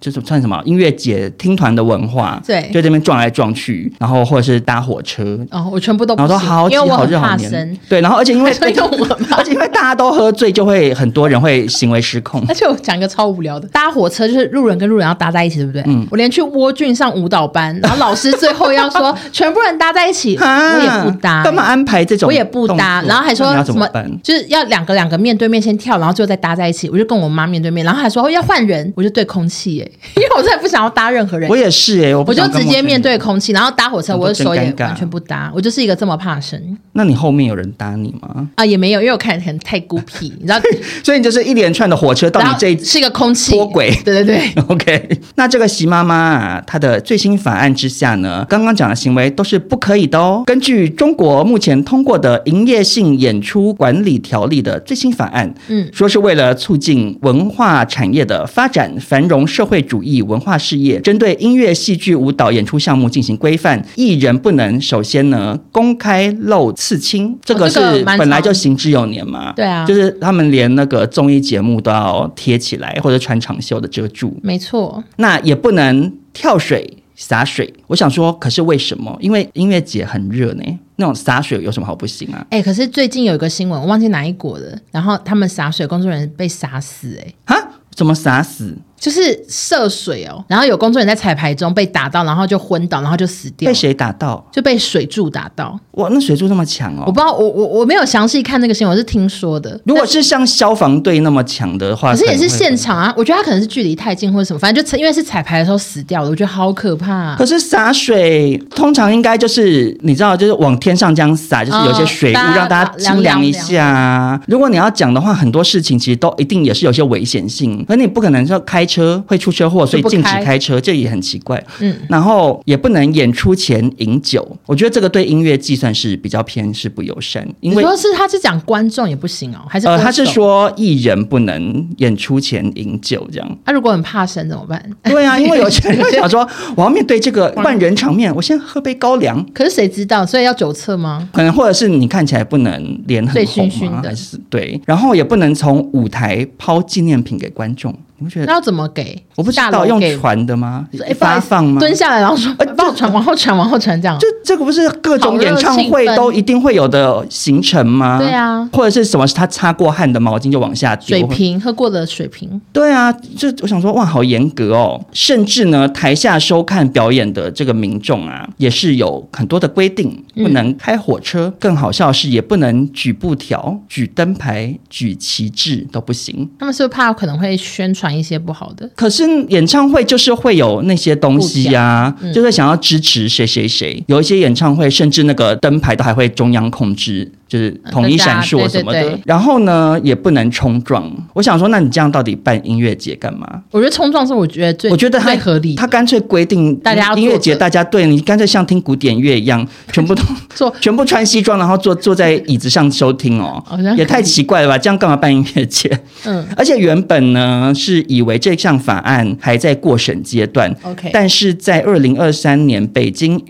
Speaker 3: 就是算什么音乐节听团的文化，
Speaker 1: 对
Speaker 3: 就这边撞来撞去，然后或者是搭火车，
Speaker 1: 哦，我全部都不
Speaker 3: 然后都
Speaker 1: 行
Speaker 3: 好挤
Speaker 1: 因为我
Speaker 3: 好
Speaker 1: 很
Speaker 3: 热好
Speaker 1: 怕
Speaker 3: 黏
Speaker 1: 生，，
Speaker 3: 对，然后而且因为
Speaker 1: 所以用我吧
Speaker 3: 而且因为大家都喝醉，就会很多人会行为失控，
Speaker 1: 而且我讲一个超无聊的，搭火车就是路人跟路人要搭在一起，对不对？
Speaker 3: 嗯
Speaker 1: 我连去窝郡上舞蹈班，然后老师最后要说全部人搭在一起， 我也不搭，
Speaker 3: 啊
Speaker 1: 欸
Speaker 3: 干嘛安排这种？
Speaker 1: 我也不搭，然后还说
Speaker 3: 你要
Speaker 1: 什
Speaker 3: 怎么办？
Speaker 1: 就是要两个两个面对面先跳，然后最后再搭在一起。我就跟我妈面对面，然后还说要换人，我就对空气哎、 因为我真的不想要搭任何人
Speaker 3: 我，也是哎、我不
Speaker 1: 我就
Speaker 3: 想跟
Speaker 1: 直
Speaker 3: 陌
Speaker 1: 接
Speaker 3: 生
Speaker 1: 面
Speaker 3: 人
Speaker 1: 对。空气，然后搭火车
Speaker 3: 那都
Speaker 1: 我的手
Speaker 3: 真
Speaker 1: 也
Speaker 3: 尴尬
Speaker 1: 完全不搭，我就是一个这么怕生
Speaker 3: 那你后面有人搭你吗？
Speaker 1: 啊，也没有，因为我看起来很太孤僻，你知道，
Speaker 3: 所以你就是一连串的火车 到
Speaker 1: 然
Speaker 3: 你
Speaker 1: 后
Speaker 3: 这一。
Speaker 1: 是一个空气
Speaker 3: 脱轨
Speaker 1: 对对对。
Speaker 3: OK，那这个席妈妈啊，她的最新法案之下呢，刚刚讲的行为都是不可以的哦。根据中国目前通过的《营业性演出管理条例》的最新法案，
Speaker 1: 嗯
Speaker 3: 说是为了促进文化产业的发展、繁荣社会主义文化事业，针对音乐、戏剧、舞蹈演出项目进行规范。艺人不能首先呢公开露刺青，这个是
Speaker 1: 哦这个蛮
Speaker 3: 本来就
Speaker 1: 常
Speaker 3: 行之有年嘛。
Speaker 1: 对啊
Speaker 3: 就是他们连那个综艺节目都要贴起来，或者穿长袖的遮住。
Speaker 1: 没错，
Speaker 3: 那也不能跳水、洒水。我想说，可是为什么？因为音乐节很热呢，那种洒水有什么好不行啊？
Speaker 1: 哎、可是最近有一个新闻，我忘记哪一国的，然后他们洒水工作人员被洒死、哎，
Speaker 3: 啊，怎么洒死？
Speaker 1: 就是涉水哦，然后有工作人员在彩排中被打到，然后就昏倒，然后就死
Speaker 3: 被
Speaker 1: 掉了，
Speaker 3: 谁打到？
Speaker 1: 就被水柱打到。
Speaker 3: 哇，那水柱那么强
Speaker 1: 我
Speaker 3: 哦！
Speaker 1: 不知道，我我我没有详细看那个新闻，我是听说的。
Speaker 3: 如果是像消防队那么强的话，
Speaker 1: 可是也
Speaker 3: 能会
Speaker 1: 是现。场啊，我觉得他可能是距离太近或者什么，反正就因为是彩排的时候死掉了，我觉得好可怕、啊
Speaker 3: 可是洒水通常应该就是你知道，就是往天上这样洒，就是有些
Speaker 1: 嗯
Speaker 3: 水雾
Speaker 1: 大家
Speaker 3: 让大家清凉一下啊。如果你要讲的话，很多事情其实都一定也是有些危险性，而你不可能说开车会出车祸，所以
Speaker 1: 就不
Speaker 3: 禁止
Speaker 1: 开
Speaker 3: 开车，这也很奇怪。
Speaker 1: 嗯，
Speaker 3: 然后也不能演出前饮酒，我觉得这个对音乐计算是比较偏是不友善，因
Speaker 1: 你
Speaker 3: 为
Speaker 1: 说是他是讲观众也不行哦，还是
Speaker 3: 呃，
Speaker 1: 歌
Speaker 3: 他是
Speaker 1: 手
Speaker 3: 说艺人不能演出前饮酒这样。
Speaker 1: 啊他、如果很怕生怎么办？
Speaker 3: 对啊，因为有些人会想说，我要面对这个万人场面，我先喝杯高粱。
Speaker 1: 可是谁知道？所以要酒测吗？
Speaker 3: 可能或者是你看起来不能脸很
Speaker 1: 醉
Speaker 3: 红
Speaker 1: 醺
Speaker 3: 吗？
Speaker 1: 醺的
Speaker 3: 还是对，然后也不能从舞台抛纪念品给观众，你不觉
Speaker 1: 那
Speaker 3: 得？
Speaker 1: 要怎么给？
Speaker 3: 嗯我不知
Speaker 1: 大
Speaker 3: 道
Speaker 1: 楼
Speaker 3: 用
Speaker 1: 给
Speaker 3: 传的吗
Speaker 1: 说哎？不好
Speaker 3: 发
Speaker 1: 意思
Speaker 3: 放吗？
Speaker 1: 蹲下来，然后说
Speaker 3: 呃
Speaker 1: 帮我传，往后传，往后传这样
Speaker 3: 就。这个不是各种演唱
Speaker 1: 好热
Speaker 3: 会
Speaker 1: 气氛
Speaker 3: 都一定会有的行程吗？
Speaker 1: 对啊，
Speaker 3: 或者是什么？是他擦过汗的毛巾就往下丢
Speaker 1: 水。瓶喝过的水瓶，
Speaker 3: 对啊，就我想说，哇，好严格哦。甚至呢，台下收看表演的这个民众啊，也是有很多的规定，
Speaker 1: 嗯
Speaker 3: 不能开火车，更好笑的是也不能举布条、举灯牌、举旗帜都不行。
Speaker 1: 他们是不是怕可能会宣传一些不好的？
Speaker 3: 可是演唱会就是会有那些东西呀、
Speaker 1: 嗯
Speaker 3: 就会想要支持谁谁谁。有一些演唱会甚至那个灯牌都还会中央控制，就是统一闪
Speaker 1: 嗯
Speaker 3: 烁
Speaker 1: 大家
Speaker 3: 什么的。
Speaker 1: 对对对
Speaker 3: 然后呢，也不能冲撞。我想说，那你这样到底办音乐节干嘛？
Speaker 1: 我觉得冲撞是我觉得最
Speaker 3: 我觉得他
Speaker 1: 最合理的，
Speaker 3: 他干脆规定
Speaker 1: 大家要
Speaker 3: 音乐节，
Speaker 1: 坐着
Speaker 3: 大家对你干脆像听古典乐一 样，全部都
Speaker 1: 做
Speaker 3: 全部穿西装，然后坐坐在椅子上收听哦
Speaker 1: 好像，可以
Speaker 3: 也太奇怪了吧？这样干嘛办音乐节？
Speaker 1: 嗯
Speaker 3: 而且原本呢是以为这项法案还在过审阶段。
Speaker 1: ，OK，
Speaker 3: 但是在二零二三年北京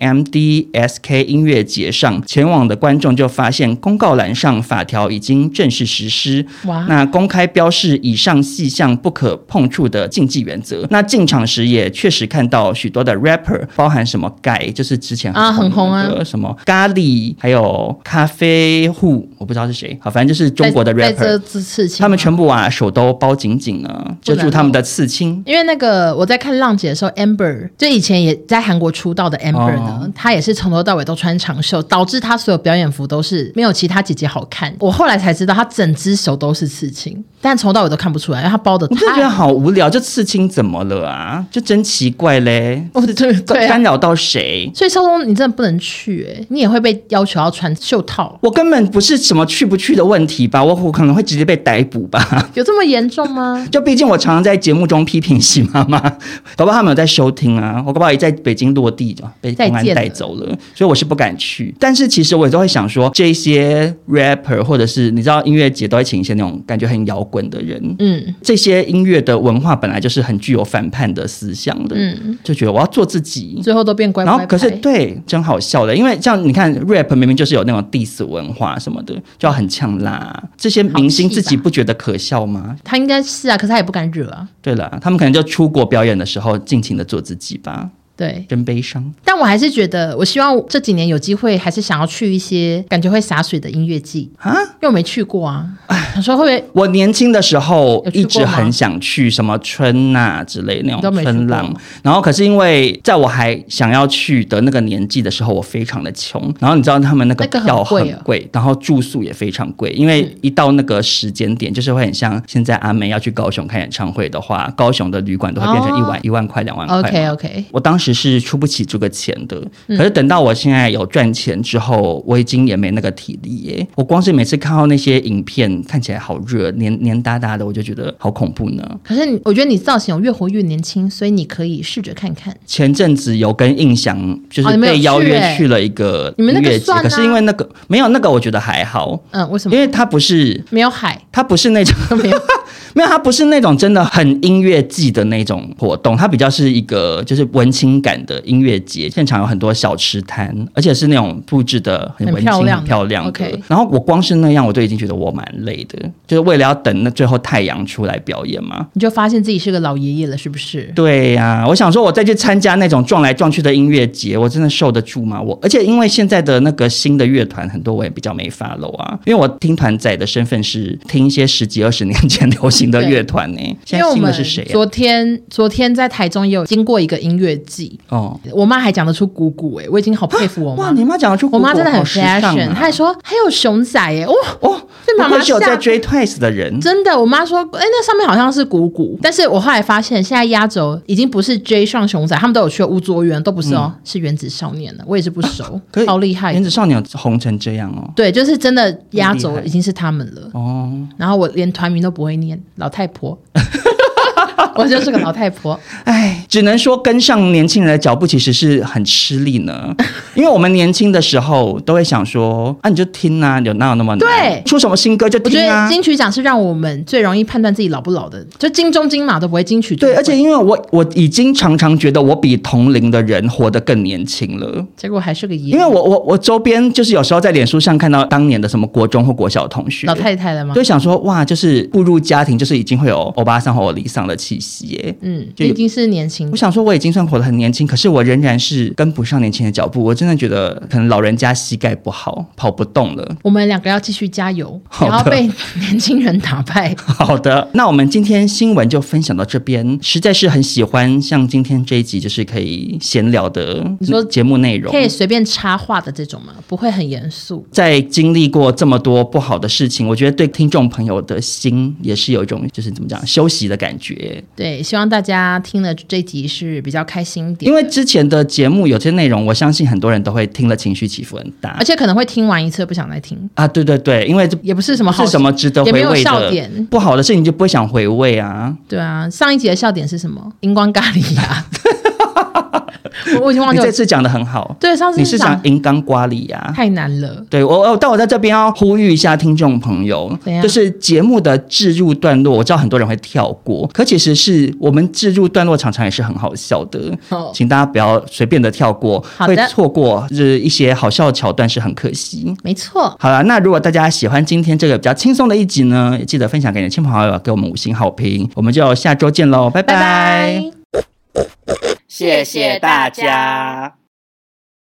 Speaker 3: MDSK 音乐节上，前往的观众就发现公告栏上法条已经正式实施，
Speaker 1: 哇，
Speaker 3: 那公开标示以上细项不可碰触的禁忌原则。那进场时也确实看到许多的 rapper，包含什么改，就是之前
Speaker 1: 啊很红啊
Speaker 3: 的什么咖喱，还有咖啡户，我不知道是谁，好，反正就是中国的
Speaker 1: 在在
Speaker 3: rapper，
Speaker 1: 这次事情，
Speaker 3: 他们全部啊手都包紧紧呢，遮住他们的刺青。
Speaker 1: 因为那个我在看浪姐的时候，Amber 就以前也在韩国出道的 Amber 呢，
Speaker 3: 哦
Speaker 1: 她也是从头到尾都穿长袖，导致她所有表演服都是没有其他姐姐好看。我后来才知道，她整只手都是刺青，但从头到尾都看不出来，因为她包的
Speaker 3: 我真的觉得
Speaker 1: 太……
Speaker 3: 好无聊，这刺青怎么了啊？就真奇怪嘞，
Speaker 1: 哦，对对啊、
Speaker 3: 干扰到谁？
Speaker 1: 所以少东你真的不能去、欸，你也会被要求要穿袖套，
Speaker 3: 我根本不是什么去不去的问题吧，我我可能会直接被逮捕吧。
Speaker 1: 有这么严重吗？
Speaker 3: 就毕竟我常常在节目中批评喜妈妈，搞不好他们有在收听啊，我搞不好也在北京落地就被公
Speaker 1: 再
Speaker 3: 安
Speaker 1: 见了
Speaker 3: 带走了，所以我是不敢去。但是其实我也都会想说，这些 rapper 或者是你知道音乐节都会请一些那种感觉很摇滚的人，
Speaker 1: 嗯
Speaker 3: 这些音乐的文化本来就是很具有反叛的思想的，
Speaker 1: 嗯，
Speaker 3: 就觉得我要做自己。
Speaker 1: 最后都变乖乖
Speaker 3: 然
Speaker 1: 牌。
Speaker 3: 后，可是对，真好笑的，因为像你看，rap 明明就是有那种 diss 文化什么的，就要很呛辣啊。这些明星
Speaker 1: 好气
Speaker 3: 自
Speaker 1: 吧
Speaker 3: 己不觉得可笑吗？
Speaker 1: 他应该是啊，可是他也不敢惹啊。
Speaker 3: 对了，他们可能就出国表演的时候尽情的做自己吧，
Speaker 1: 对，
Speaker 3: 真悲伤。
Speaker 1: 但我还是觉得，我希望这几年有机会，还是想要去一些感觉会洒水的音乐季
Speaker 3: 啊，
Speaker 1: 因为我没去过啊。想说会不会
Speaker 3: 我年轻的时候
Speaker 1: 有去过
Speaker 3: 一直
Speaker 1: 吗
Speaker 3: 很想去什么春呐、之类那
Speaker 1: 都
Speaker 3: 种
Speaker 1: 没去过
Speaker 3: 春浪，然后可是因为在我还想要去的那个年纪的时候，我非常的穷，然后你知道他们那个
Speaker 1: 那个很
Speaker 3: 票
Speaker 1: 贵
Speaker 3: 很
Speaker 1: 哦
Speaker 3: 贵，然后住宿也非常贵，因为一到那个时间点，就是会很像现在阿妹要去高雄看演唱会的话，高雄的旅馆都会变成一晚一、万块、两万块嘛。
Speaker 1: 哦？OK OK，
Speaker 3: 我当时是出不起这个钱的，
Speaker 1: 嗯
Speaker 3: 可是等到我现在有赚钱之后，我已经也没那个体力耶。我光是每次看到那些影片，看起来好热，黏黏哒哒的，我就觉得好恐怖呢。
Speaker 1: 可是你我觉得你造型有越活越年轻，所以你可以试着看看。
Speaker 3: 前阵子有跟印象就
Speaker 1: 哦
Speaker 3: 是
Speaker 1: 你们有
Speaker 3: 被邀
Speaker 1: 去
Speaker 3: 约
Speaker 1: 耶
Speaker 3: 去了一个
Speaker 1: 你们那
Speaker 3: 音
Speaker 1: 个
Speaker 3: 乐节，
Speaker 1: 算啊
Speaker 3: 可是因为那个没有那个，我觉得还好，
Speaker 1: 嗯，为什么
Speaker 3: 因？为它不是
Speaker 1: 没有海，
Speaker 3: 它不是那种
Speaker 1: 没有
Speaker 3: 没有，它不是那种真的很音乐季的那种活动，它比较是一个就是文青感的音乐节，现场有很多小吃摊，而且是那种布置的很文
Speaker 1: 很
Speaker 3: 青、
Speaker 1: 漂
Speaker 3: 很
Speaker 1: 亮的
Speaker 3: 漂亮的。
Speaker 1: OK
Speaker 3: 然后我光是那样，我就已经觉得我蛮累的，就是为了要等那最后太阳出来表演嘛。
Speaker 1: 你就发现自己是个老爷爷了，是不是？
Speaker 3: 对呀、我想说，我再去参加那种撞来撞去的音乐节，我真的受得住吗？我而且因为现在的那个新的乐团很多，我也比较没发 o 啊，因为我听团仔的身份是听一些十几二十年前流行型的乐团呢、现
Speaker 1: 因为
Speaker 3: 在
Speaker 1: 我
Speaker 3: 新
Speaker 1: 们
Speaker 3: 的是谁、啊？
Speaker 1: 昨天昨天在台中也有经过一个音乐季，
Speaker 3: 哦，
Speaker 1: 我妈还讲得出姑姑哎，我已经好佩服我
Speaker 3: 哇，
Speaker 1: 妈。
Speaker 3: 你妈讲得出
Speaker 1: 我
Speaker 3: 古董，
Speaker 1: 妈真的很
Speaker 3: 好时尚
Speaker 1: fashion，、
Speaker 3: 啊！
Speaker 1: 她还说还有熊仔哎，哇、
Speaker 3: 哦，
Speaker 1: 被妈
Speaker 3: 不
Speaker 1: 妈
Speaker 3: 愧是有
Speaker 1: 吓
Speaker 3: 在追 Twice 的人，
Speaker 1: 真的，我妈说，哎、那上面好像是鼓鼓，但是我后来发现，现在压轴已经不是 J 上熊仔，他们都有去了乌卓园，都不是哦，是原子少年了，我也是不熟，
Speaker 3: 嗯啊可是
Speaker 1: 超厉害
Speaker 3: 原。子少年有红成这样哦。
Speaker 1: 对，就是真的压
Speaker 3: 很
Speaker 1: 轴
Speaker 3: 厉害
Speaker 1: 已经是他们了，
Speaker 3: 哦，
Speaker 1: 然后我连团名都不会念，老 太婆，我就是个老太婆，
Speaker 3: 哎，只能说跟上年轻人的脚步其实是很吃力 呢，因为我们年轻的时候都会想说，啊，你就听啊，有哪有那么难？
Speaker 1: 对
Speaker 3: 出什么新歌就
Speaker 1: 我觉
Speaker 3: 听
Speaker 1: 得
Speaker 3: 啊。
Speaker 1: 金曲奖是让我们最容易判断自己老不老的，就金钟金马都不会金曲就
Speaker 3: 对，
Speaker 1: 会，
Speaker 3: 而且因为我我已经常常觉得我比同龄的人活得更年轻了。
Speaker 1: 结果还是个爷
Speaker 3: 因为我我我周边就是有时候在脸书上看到当年的什么国中或国小同学
Speaker 1: 老，太太了吗？
Speaker 3: 就想说哇，就是步入家庭，就是已经会有欧巴桑和欧里桑的气息耶。
Speaker 1: 嗯，
Speaker 3: 就有
Speaker 1: 毕竟是年轻
Speaker 3: 我，想说我已经算活得很年轻，可是我仍然是跟不上年轻的脚步。我真的觉得可能老人家膝盖不好，跑不动了。
Speaker 1: 我们两个要继续加油，
Speaker 3: 好
Speaker 1: 不
Speaker 3: 的
Speaker 1: 要被 年轻人打败。
Speaker 3: 好的，那我们今天新闻就分享到这边，实在是很喜欢像今天这一集，就是可以闲聊的
Speaker 1: 你说
Speaker 3: 节目内 容
Speaker 1: 可。以随便插话的这种吗？不会很严肃。
Speaker 3: 在经历过这么多不好的事情，我觉得对听众朋友的心也是有一种就是怎么讲休息的感觉。
Speaker 1: 对，希望大家听了这集是比较开心一点，
Speaker 3: 因为之前的节目有些内容，我相信很多人都会听了情绪起伏很大
Speaker 1: 而。且可能会听完一次不想再听，
Speaker 3: 啊，对对对，因为这
Speaker 1: 也不是什么
Speaker 3: 不
Speaker 1: 好
Speaker 3: 是什么值得
Speaker 1: 也没
Speaker 3: 回
Speaker 1: 有
Speaker 3: 味
Speaker 1: 笑
Speaker 3: 的
Speaker 1: 点。
Speaker 3: 不好的事情，就不会想回味啊。
Speaker 1: 对啊，上一集的笑点是什么？荧光咖喱 呀、我我已经忘
Speaker 3: 你
Speaker 1: 记
Speaker 3: 这
Speaker 1: 了。
Speaker 3: 次讲的很好，
Speaker 1: 对，上次
Speaker 3: 你是讲
Speaker 1: 讲
Speaker 3: 银钢瓜里呀、
Speaker 1: 太难了。
Speaker 3: 对我，我但我在这边要呼吁一下听众朋友
Speaker 1: 怎，样
Speaker 3: 就是节目的置入段落，我知道很多人会跳过，可其实是我们置入段落常常也是很好笑的，
Speaker 1: 哦
Speaker 3: 请大家不要随便的跳过，
Speaker 1: 好
Speaker 3: 会
Speaker 1: 的
Speaker 3: 错过就是一些好笑的桥段是很可惜。
Speaker 1: 没错，
Speaker 3: 好了，那如果大家喜欢今天这个比较轻松的一集呢，也记得分享给你的亲朋好友，给我们五星好评。我们就下周见喽，拜
Speaker 1: 拜拜。
Speaker 2: 谢谢大家。